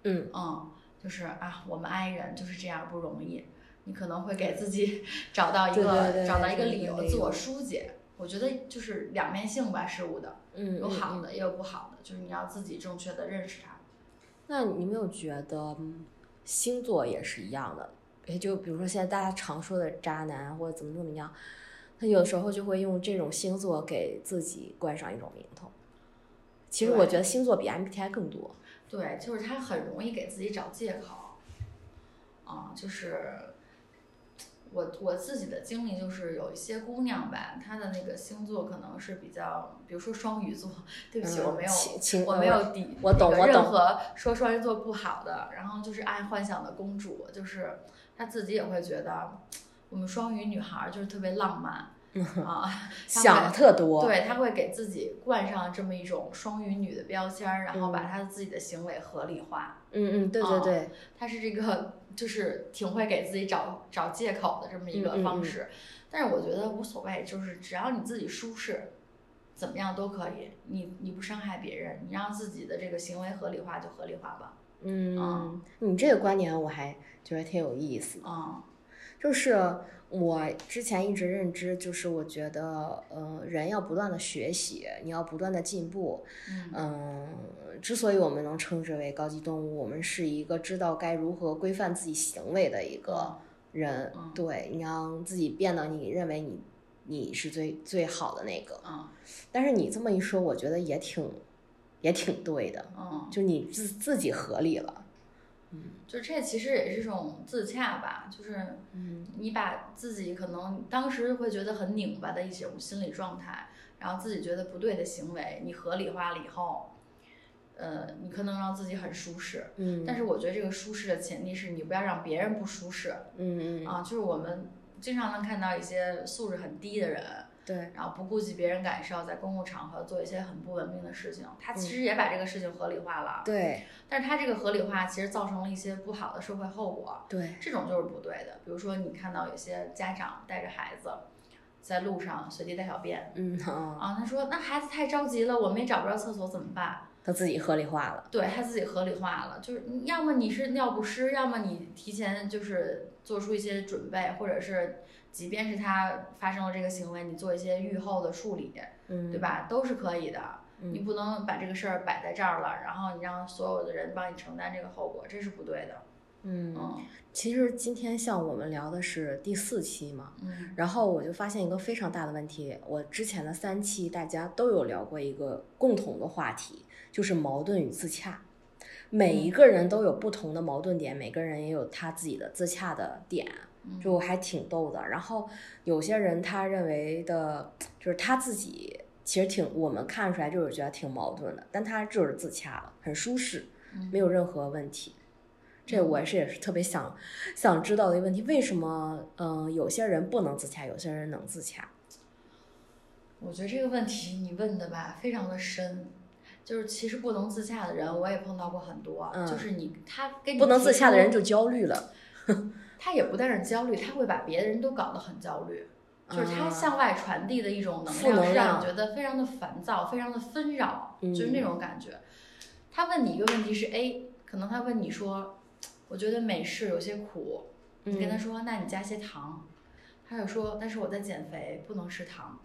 S1: 嗯
S2: 嗯，就是啊，我们 I 人就是这样不容易，你可能会给自己找到一
S1: 对对
S2: 个
S1: 对
S2: 找到一个
S1: 对
S2: 理
S1: 对
S2: 由
S1: 对
S2: 自我
S1: 有
S2: 疏解。我觉得就是两面性吧，事物的
S1: 嗯，
S2: 有好
S1: 嗯。嗯
S2: 的也有不好的，就是你要自己正确的认识它。
S1: 那你有没有觉得嗯星座也是一样的？也就比如说现在大家常说的渣男或者怎么怎么样，他有时候就会用这种星座给自己冠上一种名头。其实我
S2: 对
S1: 觉得星座比 MBTI 更多。
S2: 对，就是他很容易给自己找借口，啊，就是我我自己的经历就是有一些姑娘吧，她的那个星座可能是比较，比如说双鱼座，对不起，
S1: 嗯
S2: 我没有
S1: 情情
S2: 我
S1: 呃
S2: 没有抵
S1: 我懂
S2: 那个
S1: 我懂
S2: 任何说双鱼座不好的，然后就是爱幻想的公主，就是她自己也会觉得我们双鱼女孩儿就是特别浪漫、 啊，她会
S1: 想的特多。，
S2: 对，她会给自己冠上这么一种双鱼女的标签儿，然后把她自己的行为合理化。
S1: 嗯嗯，对对
S2: 哦
S1: 对，
S2: 她是这个就是挺会给自己找找借口的这么一个
S1: 嗯嗯
S2: 方
S1: 嗯
S2: 式，但是我觉得无所谓，就是只要你自己舒适。怎么样都可以，你你不伤害别人，你让自己的这个行为合理化就合理化吧。
S1: 嗯
S2: 嗯，
S1: 你这个观点我还觉得挺有意思的。
S2: 嗯
S1: 就是我之前一直认知，就是我觉得，呃，人要不断的学习，你要不断的进步。
S2: 嗯
S1: 嗯，之所以我们能称之为高级动物，我们是一个知道该如何规范自己行为的一个人。
S2: 嗯
S1: 对，你让自己变得你认为你你是最最好的那个。
S2: 嗯
S1: 但是你这么一说，我觉得也挺也挺对的，
S2: 嗯，
S1: 就你自自己合理了。
S2: 就这其实也是一种自洽吧，就是
S1: 嗯
S2: 你把自己可能当时会觉得很拧巴的一种心理状态，然后自己觉得不对的行为，你合理化了以后，呃，你可能让自己很舒适。
S1: 嗯，
S2: 但是我觉得这个舒适的前提是你不要让别人不舒适
S1: 嗯嗯
S2: 啊，就是我们经常能看到一些素质很低的人，
S1: 对，
S2: 然后不顾及别人感受，在公共场合做一些很不文明的事情，他其实也把这个事情合理化了。
S1: 嗯对，
S2: 但是他这个合理化其实造成了一些不好的社会后果，
S1: 对，
S2: 这种就是不对的。比如说，你看到有些家长带着孩子在路上随地大小便，
S1: 嗯啊，
S2: 啊，他说那孩子太着急了，我们也找不着厕所怎么办？
S1: 他自己合理化了，
S2: 对他自己合理化了，就是你要么你是尿不湿，要么你提前就是做出一些准备，或者是即便是他发生了这个行为，你做一些预后的处理，
S1: 嗯，
S2: 对？吧？都是可以的。
S1: 嗯
S2: 你不能把这个事儿摆在这儿了，然后你让所有的人帮你承担这个后果，这是不对的。
S1: 嗯，
S2: 嗯
S1: 其实今天像我们聊的是第四期嘛，
S2: 嗯
S1: 然后我就发现一个非常大的问题，我之前的三期大家都有聊过一个共同的话题，就是矛盾与自洽。每一个人都有不同的矛盾点，每个人也有他自己的自洽的点，
S2: 嗯，
S1: 就还挺逗的。然后有些人他认为的，就是他自己其实挺我们看出来就是觉得挺矛盾的，但他就是自洽了，很舒适，
S2: 嗯
S1: 没有任何问题。这我是也是特别想想知道的一个问题，为什么嗯、呃有些人不能自洽，有些人能自洽？
S2: 我觉得这个问题你问的吧，非常的深。就是其实不能自洽的人，我也碰到过很多。
S1: 嗯
S2: 就是你他跟你
S1: 不能
S2: 提
S1: 自洽的
S2: 出
S1: 人就焦虑了，
S2: 他也不但是焦虑，他会把别的人都搞得很焦虑，就是他
S1: 啊
S2: 向外传递的一种能
S1: 负能
S2: 量，是让
S1: 量
S2: 你觉得非常的烦躁，非常的纷扰，
S1: 嗯
S2: 就是那种感觉。他问你一个问题是 A，可能他问你说，我觉得美式有些苦，你跟他
S1: 嗯
S2: 说，那你加些糖，他就说，但是我在减肥，不能吃糖，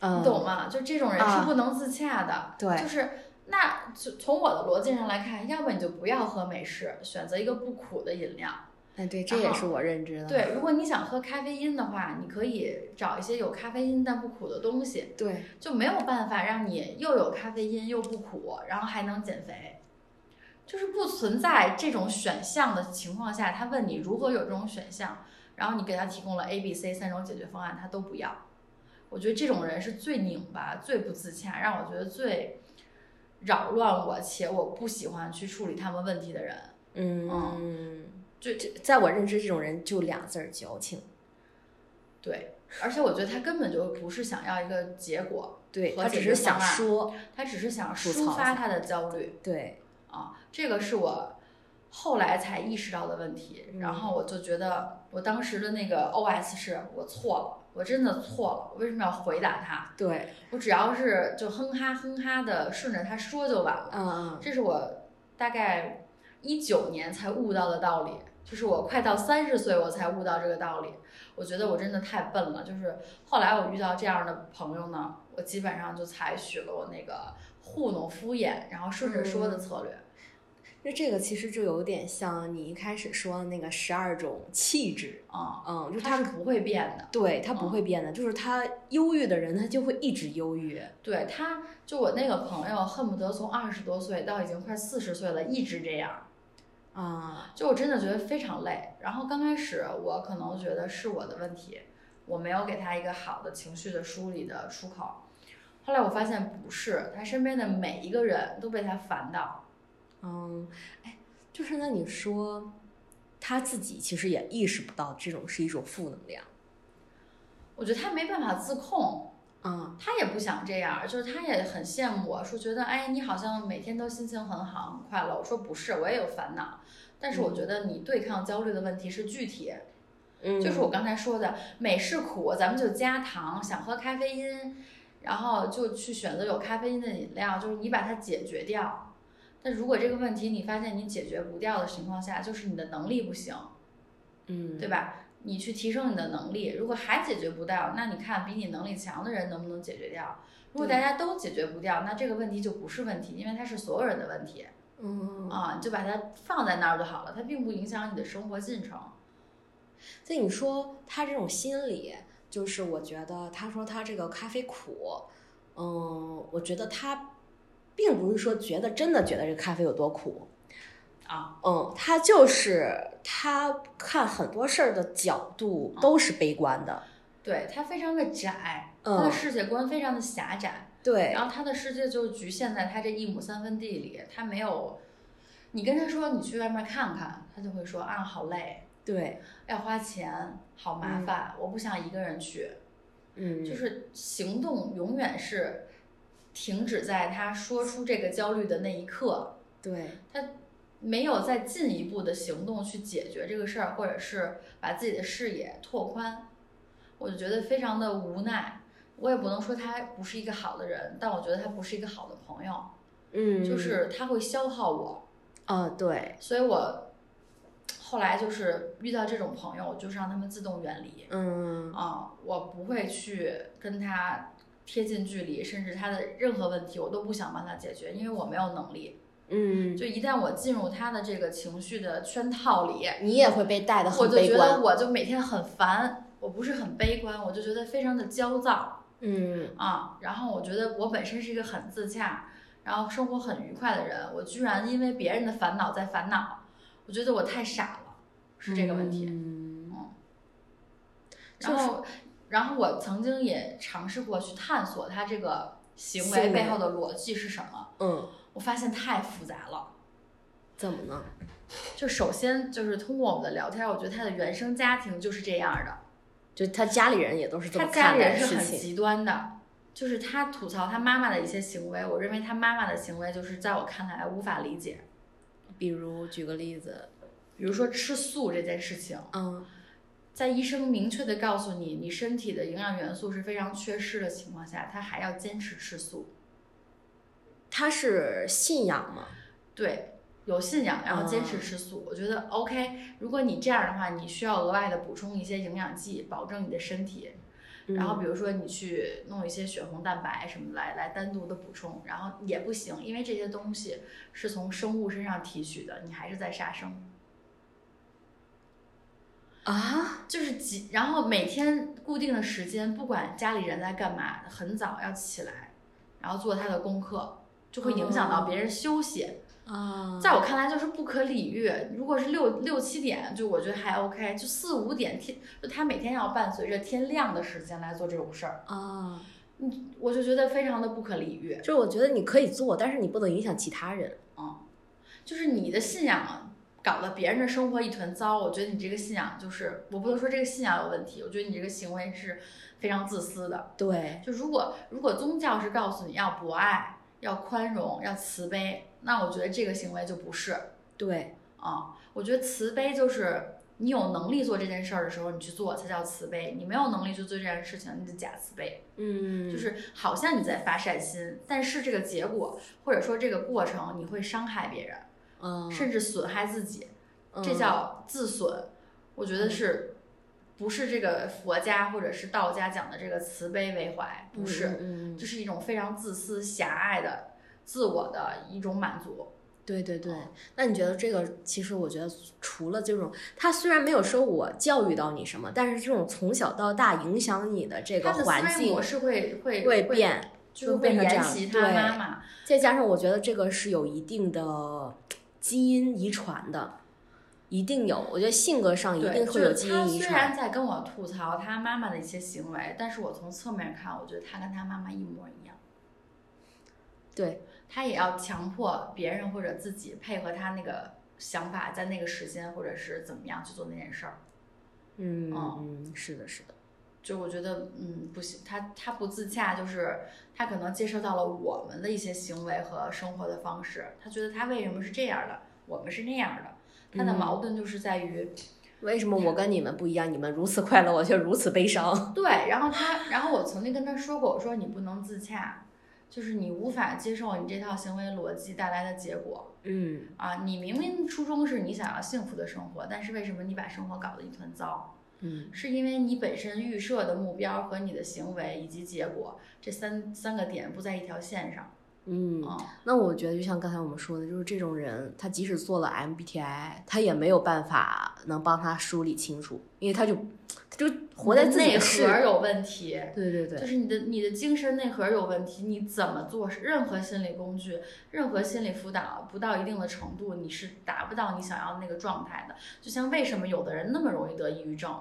S1: 嗯，
S2: 你懂吗？就这种人
S1: 啊
S2: 是不能自洽的，
S1: 对
S2: 就是。那就从我的逻辑上来看，要不你就不要喝美式，选择一个不苦的饮料，
S1: 哎，对，这也
S2: 然后
S1: 是我认知的。
S2: 对，如果你想喝咖啡因的话，你可以找一些有咖啡因但不苦的东西，
S1: 对，
S2: 就没有办法让你又有咖啡因又不苦，然后还能减肥。就是不存在这种选项的情况下，他问你如何有这种选项，然后你给他提供了 A、B、C 三种解决方案，他都不要。我觉得这种人是最拧巴、最不自洽，让我觉得最扰乱我且我不喜欢去处理他们问题的人。
S1: 嗯，
S2: 就
S1: 这在我认知，这种人就俩字儿矫情。
S2: 对，而且我觉得他根本就不是想要一个结果，
S1: 对
S2: 和
S1: 他只
S2: 解
S1: 是
S2: 决
S1: 想
S2: 方案
S1: 说，
S2: 他只是想
S1: 吐槽
S2: 抒
S1: 一下
S2: 发他的焦虑
S1: 对，
S2: 啊，这个是我后来才意识到的问题。
S1: 嗯
S2: 然后我就觉得我当时的那个 OS 是我错了，我真的错了，我为什么要回答他？
S1: 对，
S2: 我只要是就哼哈哼哈的顺着他说就完了。
S1: 嗯
S2: 这是我大概一九年才悟到的道理，就是我快到三十岁我才悟到这个道理。我觉得我真的太笨了，就是后来我遇到这样的朋友呢，我基本上就采取了我那个糊弄敷衍，然后顺着说的策略。
S1: 那这个其实就有点像你一开始说的那个十二种气质，
S2: 啊、
S1: 嗯，就
S2: 他
S1: 他
S2: 是不会变的。
S1: 对他不
S2: 嗯
S1: 会变的，就是他忧郁的人，他就会一直忧郁。
S2: 对，他就我那个朋友，恨不得从二十多岁到已经快四十岁了，一直这样。
S1: 啊，
S2: 就我真的觉得非常累。然后刚开始我可能觉得是我的问题，我没有给他一个好的情绪的梳理的出口。后来我发现不是，他身边的每一个人都被他烦到。
S1: 嗯，哎，就是那你说，他自己其实也意识不到这种是一种负能量，
S2: 我觉得他没办法自控，
S1: 嗯
S2: 他也不想这样，就是他也很羡慕我，说觉得哎，你好像每天都心情很好，很快乐。我说不是，我也有烦恼，但是我觉得你对抗焦虑的问题是具体，
S1: 嗯，
S2: 就是我刚才说的美式苦，咱们就加糖，想喝咖啡因，然后就去选择有咖啡因的饮料，就是你把它解决掉。但如果这个问题你发现你解决不掉的情况下，就是你的能力不行，
S1: 嗯，
S2: 对吧？你去提升你的能力，如果还解决不掉，那你看比你能力强的人能不能解决掉？如果大家都解决不掉，那这个问题就不是问题，因为它是所有人的问题
S1: 嗯，
S2: 啊，你就把它放在那儿就好了，它并不影响你的生活进程。
S1: 所以你说他这种心理，就是我觉得他说他这个咖啡苦，嗯，我觉得他并不是说觉得真的觉得这个咖啡有多苦，
S2: 啊，
S1: 嗯，他就是他看很多事儿的角
S2: 啊
S1: 度都是悲观的，
S2: 对，它非常的窄，
S1: 嗯
S2: 他的啊世界观非常的狭窄，
S1: 对，
S2: 然后他的世界就局限在他这一亩三分地里，他没有。你跟他说你去外面看看，他就会说啊好累，
S1: 对，
S2: 要花钱，好麻烦，我不想一个人去。
S1: 嗯，
S2: 就是行动永远是停止在他说出这个焦虑的那一刻，
S1: 对，
S2: 他没有再进一步的行动去解决这个事儿，或者是把自己的视野拓宽，我就觉得非常的无奈。我也不能说他不是一个好的人，但我觉得他不是一个好的朋友，
S1: 嗯，
S2: 就是他会消耗我，
S1: 啊，对，
S2: 所以我后来就是遇到这种朋友，我就是让他们自动远离。
S1: 嗯
S2: 啊、我不会去跟他贴近距离，甚至他的任何问题我都不想帮他解决，因为我没有能力。
S1: 嗯，
S2: 就一旦我进入他的这个情绪的圈套里，
S1: 你也会被带的
S2: 我
S1: 很
S2: 就觉
S1: 悲
S2: 得
S1: 观，
S2: 我就每天很烦，我不是很悲观，我就觉得非常的焦躁
S1: 嗯
S2: 啊。然后我觉得我本身是一个很自洽，然后生活很愉快的人，我居然因为别人的烦恼在烦恼，我觉得我太傻了，是这个问题。
S1: 嗯
S2: 然后，然后我曾经也尝试过去探索他这个行为
S1: 行为
S2: 背后的逻辑是什么，
S1: 嗯，
S2: 我发现太复杂了。
S1: 怎么呢？
S2: 就首先就是通过我们的聊天，我觉得他的原生家庭就是这样的，
S1: 就他家里人也都是这
S2: 他
S1: 么
S2: 家
S1: 看
S2: 里
S1: 待
S2: 人是
S1: 事
S2: 很
S1: 情，
S2: 极端的，就是他吐槽他妈妈的一些行为，我认为他妈妈的行为就是在我看来无法理解，
S1: 比如举个例子，
S2: 比如说吃素这件事情，
S1: 嗯
S2: 在医生明确的告诉你你身体的营养元素是非常缺失的情况下，他还要坚持吃素。
S1: 他是信仰嘛，
S2: 对，有信仰，然后坚持吃素，我觉得 OK。如果你这样的话，你需要额外的补充一些营养剂，保证你的身体。
S1: 嗯
S2: 然后比如说你去弄一些血红蛋白什么来来单独的补充，然后也不行，因为这些东西是从生物身上提取的，你还是在杀生。
S1: 啊，
S2: 就是几，然后每天固定的时间，不管家里人在干嘛，很早要起来，然后做他的功课，就会影响到别人休息。
S1: 啊
S2: 在我看来就是不可理喻。如果是六六七点，就我觉得还 OK，就四五点天，就他每天要伴随着天亮的时间来做这种事儿，嗯
S1: 啊，
S2: 我就觉得非常的不可理喻。
S1: 就是我觉得你可以做，但是你不能影响其他人，
S2: 就是你的信仰搞得别人的生活一团糟，我觉得你这个信仰就是，我不能说这个信仰有问题，我觉得你这个行为是非常自私的。
S1: 对，
S2: 就如果如果宗教是告诉你要博爱、要宽容、要慈悲，那我觉得这个行为就不是。
S1: 对，
S2: 啊，我觉得慈悲就是你有能力做这件事儿的时候，你去做才叫慈悲；你没有能力去做这件事情，你就假慈悲。
S1: 嗯，
S2: 就是好像你在发善心，但是这个结果或者说这个过程，你会伤害别人，
S1: 嗯，
S2: 甚至损害自己，
S1: 嗯
S2: 这叫自损。我觉得是，不是这个佛家或者是道家讲的这个慈悲为怀，不是，
S1: 嗯，嗯嗯
S2: 这是一种非常自私、狭隘的自我的一种满足。
S1: 对对对
S2: 嗯，
S1: 那你觉得这个其实我觉得除了这种，他虽然没有说我教育到你什么，但是这种从小到大影响你的这个
S2: 他的
S1: 环
S2: 思维
S1: 境
S2: 模式会会
S1: 会变，
S2: 就是
S1: 会
S2: 会
S1: 变成这
S2: 沿袭
S1: 样
S2: 他
S1: 对
S2: 妈妈。
S1: 再加上我觉得这个是有一定的基因遗传的，一定有，我觉得性格上一
S2: 对，
S1: 定
S2: 就
S1: 会有
S2: 是
S1: 基
S2: 他
S1: 因遗
S2: 虽然
S1: 传。
S2: 在跟我吐槽他妈妈的一些行为，但是我从侧面看，我觉得他跟他妈妈一模一样。
S1: 对，
S2: 他也要强迫别人或者自己配合他那个想法，在那个时间或者是怎么样去做那件事儿。
S1: 嗯
S2: 哦
S1: 嗯，是的，是的，
S2: 就我觉得，嗯，不行，他他不自洽，就是他可能接受到了我们的一些行为和生活的方式，他觉得他为什么是这样的，我们是那样的，他的
S1: 嗯
S2: 矛盾就是在于，
S1: 为什么我跟你们不一样？你们如此快乐，我却如此悲 伤。
S2: 对，然后他，然后我曾经跟他说过，我说你不能自洽，就是你无法接受你这套行为逻辑带来的结果
S1: 嗯
S2: 啊！你明明初衷是你想要幸福的生活，但是为什么你把生活搞得一团糟？
S1: 嗯
S2: 是因为你本身预设的目标和你的行为以及结果这三三个点不在一条线上
S1: 嗯，
S2: 啊！
S1: 那我觉得就像刚才我们说的，就是这种人，他即使做了 MBTI，他也没有办法能帮他梳理清楚，因为他就他就活在
S2: 你
S1: 自
S2: 的
S1: 己
S2: 内
S1: 的世
S2: 核有问题，
S1: 对对
S2: 就
S1: 对，
S2: 是你的你的精神内核有问题，你怎么做任何心理工具、任何心理辅导，不到一定的程度，你是达不到你想要的那个状态的。就像为什么有的人那么容易得抑郁症，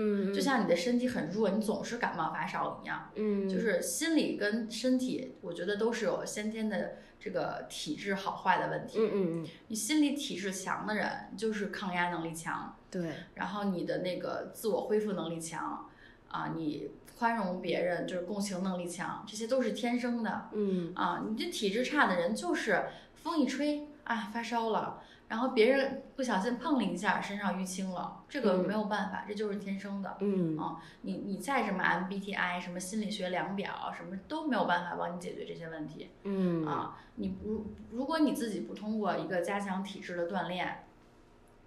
S1: 嗯，
S2: 就像你的身体很弱，你总是感冒发烧一样，
S1: 嗯，
S2: 就是心理跟身体，我觉得都是有先天的这个体质好坏的问题。
S1: 嗯嗯嗯，
S2: 你心理体质强的人，就是抗压能力强，
S1: 对，
S2: 然后你的那个自我恢复能力强，啊，你宽容别人，就是共情能力强，这些都是天生的
S1: 嗯
S2: 啊。你这体质差的人，就是风一吹啊发烧了，然后别人不小心碰了一下，身上淤青了，这个
S1: 嗯
S2: 没有办法，这就是天生的。
S1: 嗯
S2: 啊，你你再什么 MBTI 什么心理学量表什么都没有办法帮你解决这些问题。
S1: 嗯
S2: 啊，你如如果你自己不通过一个加强体质的锻炼，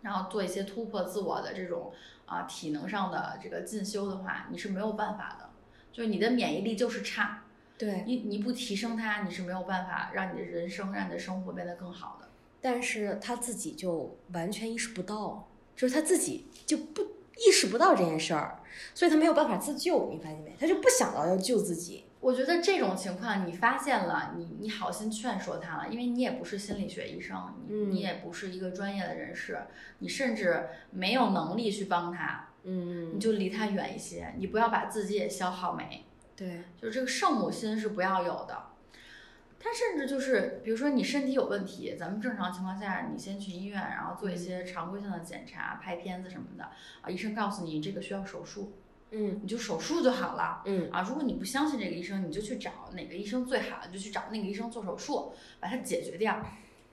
S2: 然后做一些突破自我的这种啊体能上的这个进修的话，你是没有办法的。就是你的免疫力就是差，
S1: 对。
S2: 你你不提升它，你是没有办法让你的人生、让你的生活变得更好的。
S1: 但是他自己就完全意识不到，就是他自己就不意识不到这件事儿，所以他没有办法自救，你发现没？他就不想到要救自己。
S2: 我觉得这种情况你发现了，你你好心劝说他了，因为你也不是心理学医生，你、
S1: 嗯
S2: 你也不是一个专业的人士，你甚至没有能力去帮他。
S1: 嗯
S2: 你就离他远一些，你不要把自己也消耗没，
S1: 对，
S2: 就是这个圣母心是不要有的。他甚至就是，比如说你身体有问题，咱们正常情况下，你先去医院，然后做
S1: 嗯
S2: 一些常规性的检查，拍片子什么的啊。医生告诉你这个需要手术，
S1: 嗯
S2: 你就手术就好了
S1: 嗯
S2: 啊。如果你不相信这个医生，你就去找哪个医生最好，你就去找那个医生做手术，把它解决掉。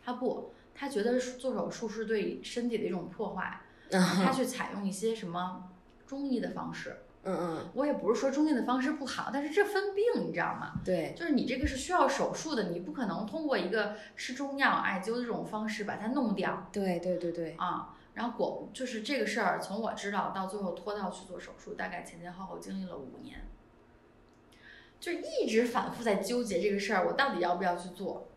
S2: 他不，他觉得做手术是对身体的一种破坏，他
S1: 嗯
S2: 去采用一些什么中医的方式，
S1: 嗯，
S2: 我也不是说中医的方式不好，但是这分病，你知道吗？
S1: 对，
S2: 就是你这个是需要手术的，你不可能通过一个吃中药艾灸这种方式把它弄掉
S1: 对对对对，
S2: 啊。然后果就是这个事儿，从我知道到最后拖到去做手术，大概前前后后经历了五年，就是一直反复在纠结这个事儿，我到底要不要去做？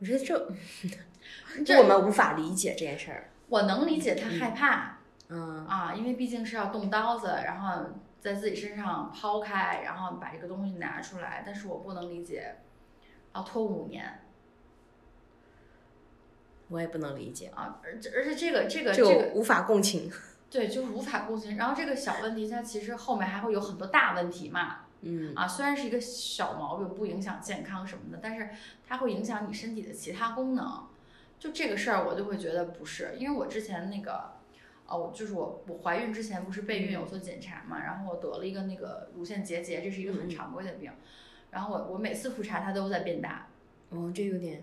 S1: 我觉得这
S2: 这
S1: 我们无法理解这件事儿。
S2: 我能理解他害怕、
S1: 嗯
S2: 啊，因为毕竟是要动刀子，然后在自己身上抛开，然后把这个东西拿出来，但是我不能理解，要拖五年
S1: 我也不能理解，
S2: 啊，而而且这个这个
S1: 这
S2: 这
S1: 个
S2: 个
S1: 无法共情。
S2: 对，就是无法共情。然后这个小问题，它其实后面还会有很多大问题嘛，
S1: 嗯
S2: 啊，虽然是一个小毛病，不影响健康什么的，但是它会影响你身体的其他功能。就这个事儿，我就会觉得不是，因为我之前那个，哦，我就是我我怀孕之前不是备孕有做检查嘛，然后我得了一个那个乳腺结节，这是一个
S1: 嗯嗯
S2: 很常规的病，然后我我每次复查它都在变大，
S1: 哦，这有点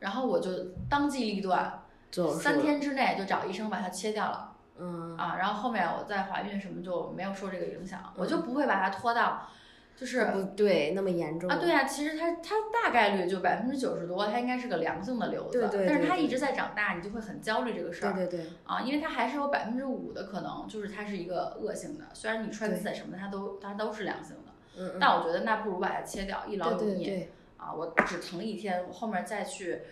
S2: 然后我就当机立断，
S1: 做手术
S2: 三
S1: 了。
S2: 天之内就找医生把它切掉了。
S1: 嗯
S2: 啊，然后后面我再怀孕什么就没有受这个影响，我就
S1: 嗯
S2: 不会把它拖到，就是啊，
S1: 不对，那么严重
S2: 对啊，其实它它大概率就百分之九十多，它应该是个良性的瘤子，
S1: 对对
S2: 但是
S1: 对
S2: 它一
S1: 对
S2: 直在长大，你就会很焦虑这个事
S1: 对
S2: 儿
S1: 对对，
S2: 啊，因为它还是有百分之五的可能，就是它是一个恶性的，虽然你穿刺什么的它都它都是良性的，
S1: 嗯嗯，
S2: 但我觉得那不如把它切掉，一劳
S1: 对
S2: 永
S1: 对
S2: 逸
S1: 对，
S2: 啊，我只疼一天，我后面再去。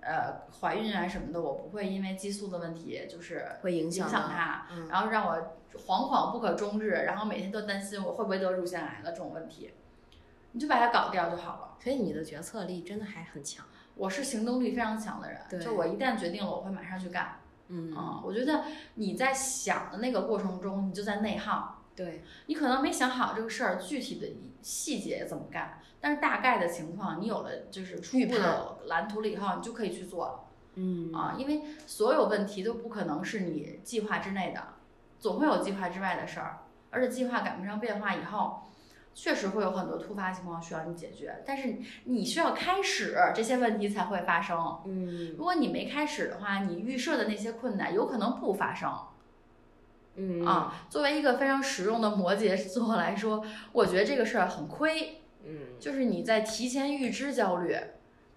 S2: 呃，怀孕啊什么的，我不会因为激素的问题就是
S1: 会影
S2: 影
S1: 响
S2: 响
S1: 到
S2: 它，
S1: 嗯
S2: 然后让我惶惶不可终日，然后每天都担心我会不会得乳腺癌了这种问题，你就把它搞掉就好了。
S1: 所以你的决策力真的还很强。
S2: 我是行动力非常强的人，
S1: 对
S2: 就我一旦决定了，我会马上去干。
S1: 嗯
S2: 嗯，我觉得你在想的那个过程中，你就在内耗，
S1: 对，
S2: 你可能没想好这个事儿具体的细节怎么干，但是大概的情况你有了就是初
S1: 预
S2: 步的蓝图了以后，你就可以去做了
S1: 嗯
S2: 啊。因为所有问题都不可能是你计划之内的，总会有计划之外的事儿，而且计划赶不上变化以后，确实会有很多突发情况需要你解决。但是你需要开始，这些问题才会发生。
S1: 嗯
S2: 如果你没开始的话，你预设的那些困难有可能不发生
S1: 嗯，
S2: 啊。作为一个非常实用的摩羯座来说，我觉得这个事儿很亏，
S1: 嗯
S2: 就是你在提前预知焦虑，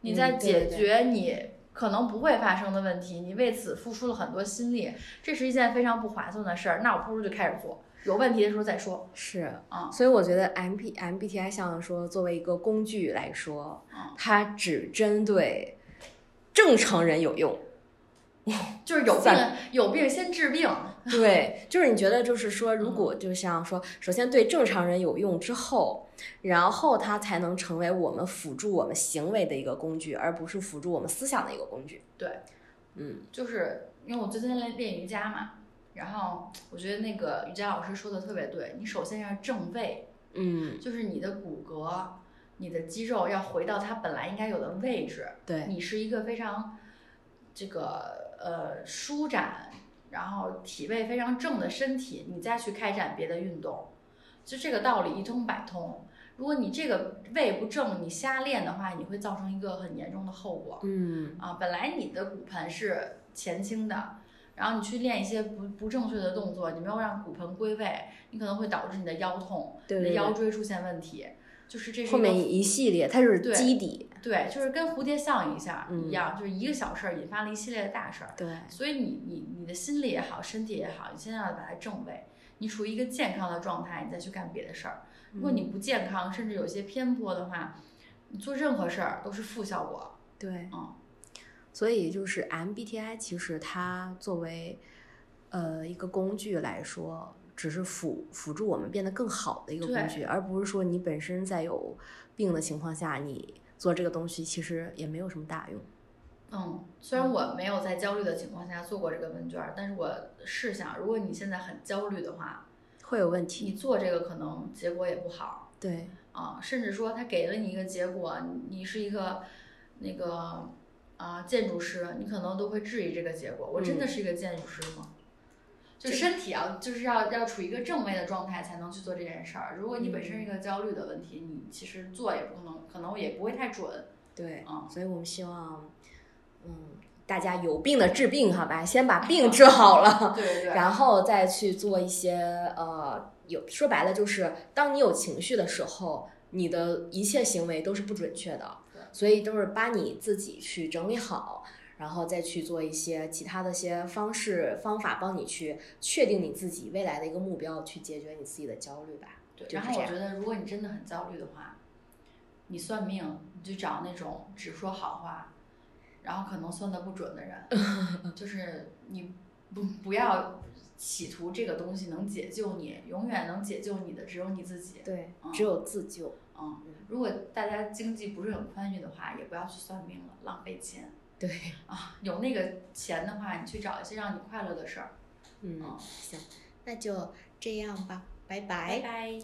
S2: 你
S1: 嗯
S2: 在
S1: 对
S2: 解
S1: 对
S2: 决你可能不会发生的问题，你为此付出了很多心力，这是一件非常不划算的事儿。那我不如就开始做，有问题的时候再说
S1: 是。
S2: 啊。
S1: 所以我觉得 M P M B T I 像说作为一个工具来说
S2: 嗯，
S1: 它只针对正常人有用。
S2: 就是有病
S1: 散
S2: 有病先治病，
S1: 对，就是你觉得就是说，如果就像说，首先对正常人有用之后，然后它才能成为我们辅助我们行为的一个工具，而不是辅助我们思想的一个工具。
S2: 对，
S1: 嗯
S2: 就是因为我最近练练瑜伽嘛，然后我觉得那个瑜伽老师说的特别对，你首先要正位，
S1: 嗯，
S2: 就是你的骨骼、你的肌肉要回到它本来应该有的位置，
S1: 对，
S2: 你是一个非常这个呃舒展，然后体位非常正的身体，你再去开展别的运动。就这个道理一通百通。如果你这个胃不正，你瞎练的话，你会造成一个很严重的后果。
S3: 嗯
S2: 啊，本来你的骨盆是前倾的，然后你去练一些不不正确的动作，你没有让骨盆归位，你可能会导致你的腰痛，
S3: 对
S2: 你
S3: 对
S2: 的腰
S3: 对
S2: 椎出现问题，就是这是
S1: 后
S2: 一个
S1: 面一系列它是
S2: 对
S1: 基底，
S2: 对，就是跟蝴蝶效应一下
S3: 嗯
S2: 一样，就是一个小事儿引发了一系列的大事儿。
S1: 对，
S2: 所以你你你的心理也好，身体也好，你先要把它正位。你处于一个健康的状态，你再去干别的事儿。如果
S3: 嗯
S2: 你不健康，甚至有些偏颇的话，你做任何事儿都是负效果。
S1: 对，
S2: 嗯
S1: 所以就是 MBTI 其实它作为呃一个工具来说，只是辅辅助我们变得更好的一个工
S2: 对
S1: 具，而不是说你本身在有病的情况下，你做这个东西其实也没有什么大用。
S2: 嗯，虽然我没有在焦虑的情况下做过这个问卷儿，但是我试想，如果你现在很焦虑的话，
S1: 会有问题，
S2: 你做这个可能结果也不好。
S1: 对，
S2: 啊，甚至说他给了你一个结果，你你是一个那个啊建筑师，你可能都会质疑这个结果。我真的是一个建筑师吗？嗯就身体要就是要要处于一个正位的状态才能去做这件事儿。如果你本身是一个焦虑的问题，你其实做也不可能，可能也不会太准。
S1: 对，
S2: 嗯
S1: 所以我们希望，嗯，大家有病的治病，好吧，先把 病治好了，
S2: 对对对，
S1: 然后再去做一些呃，有说白了就是，当你有情绪的时候，你的一切行为都是不准确的
S2: 对，
S1: 所以都是把你自己去整理好。然后再去做一些其他的一些方式方法，帮你去确定你自己未来的一个目标，去解决你自己的焦虑吧。
S2: 对，
S1: 就是
S2: 然后
S1: 这样
S2: 我觉得，如果你真的很焦虑的话，你算命，你就找那种只说好话，然后可能算的不准的人， 就是你不不要企图这个东西能解救你，永远能解救你的只有你自己。
S1: 对哦
S2: 嗯，
S1: 只有自救。
S2: 嗯，如果大家经济不是很宽裕的话，也不要去算命了，浪费钱
S1: 对，
S2: 啊！有那个钱的话，你去找一些让你快乐的事儿。
S1: 嗯
S2: 嗯，
S1: 行，那就这样吧，拜拜
S2: 拜拜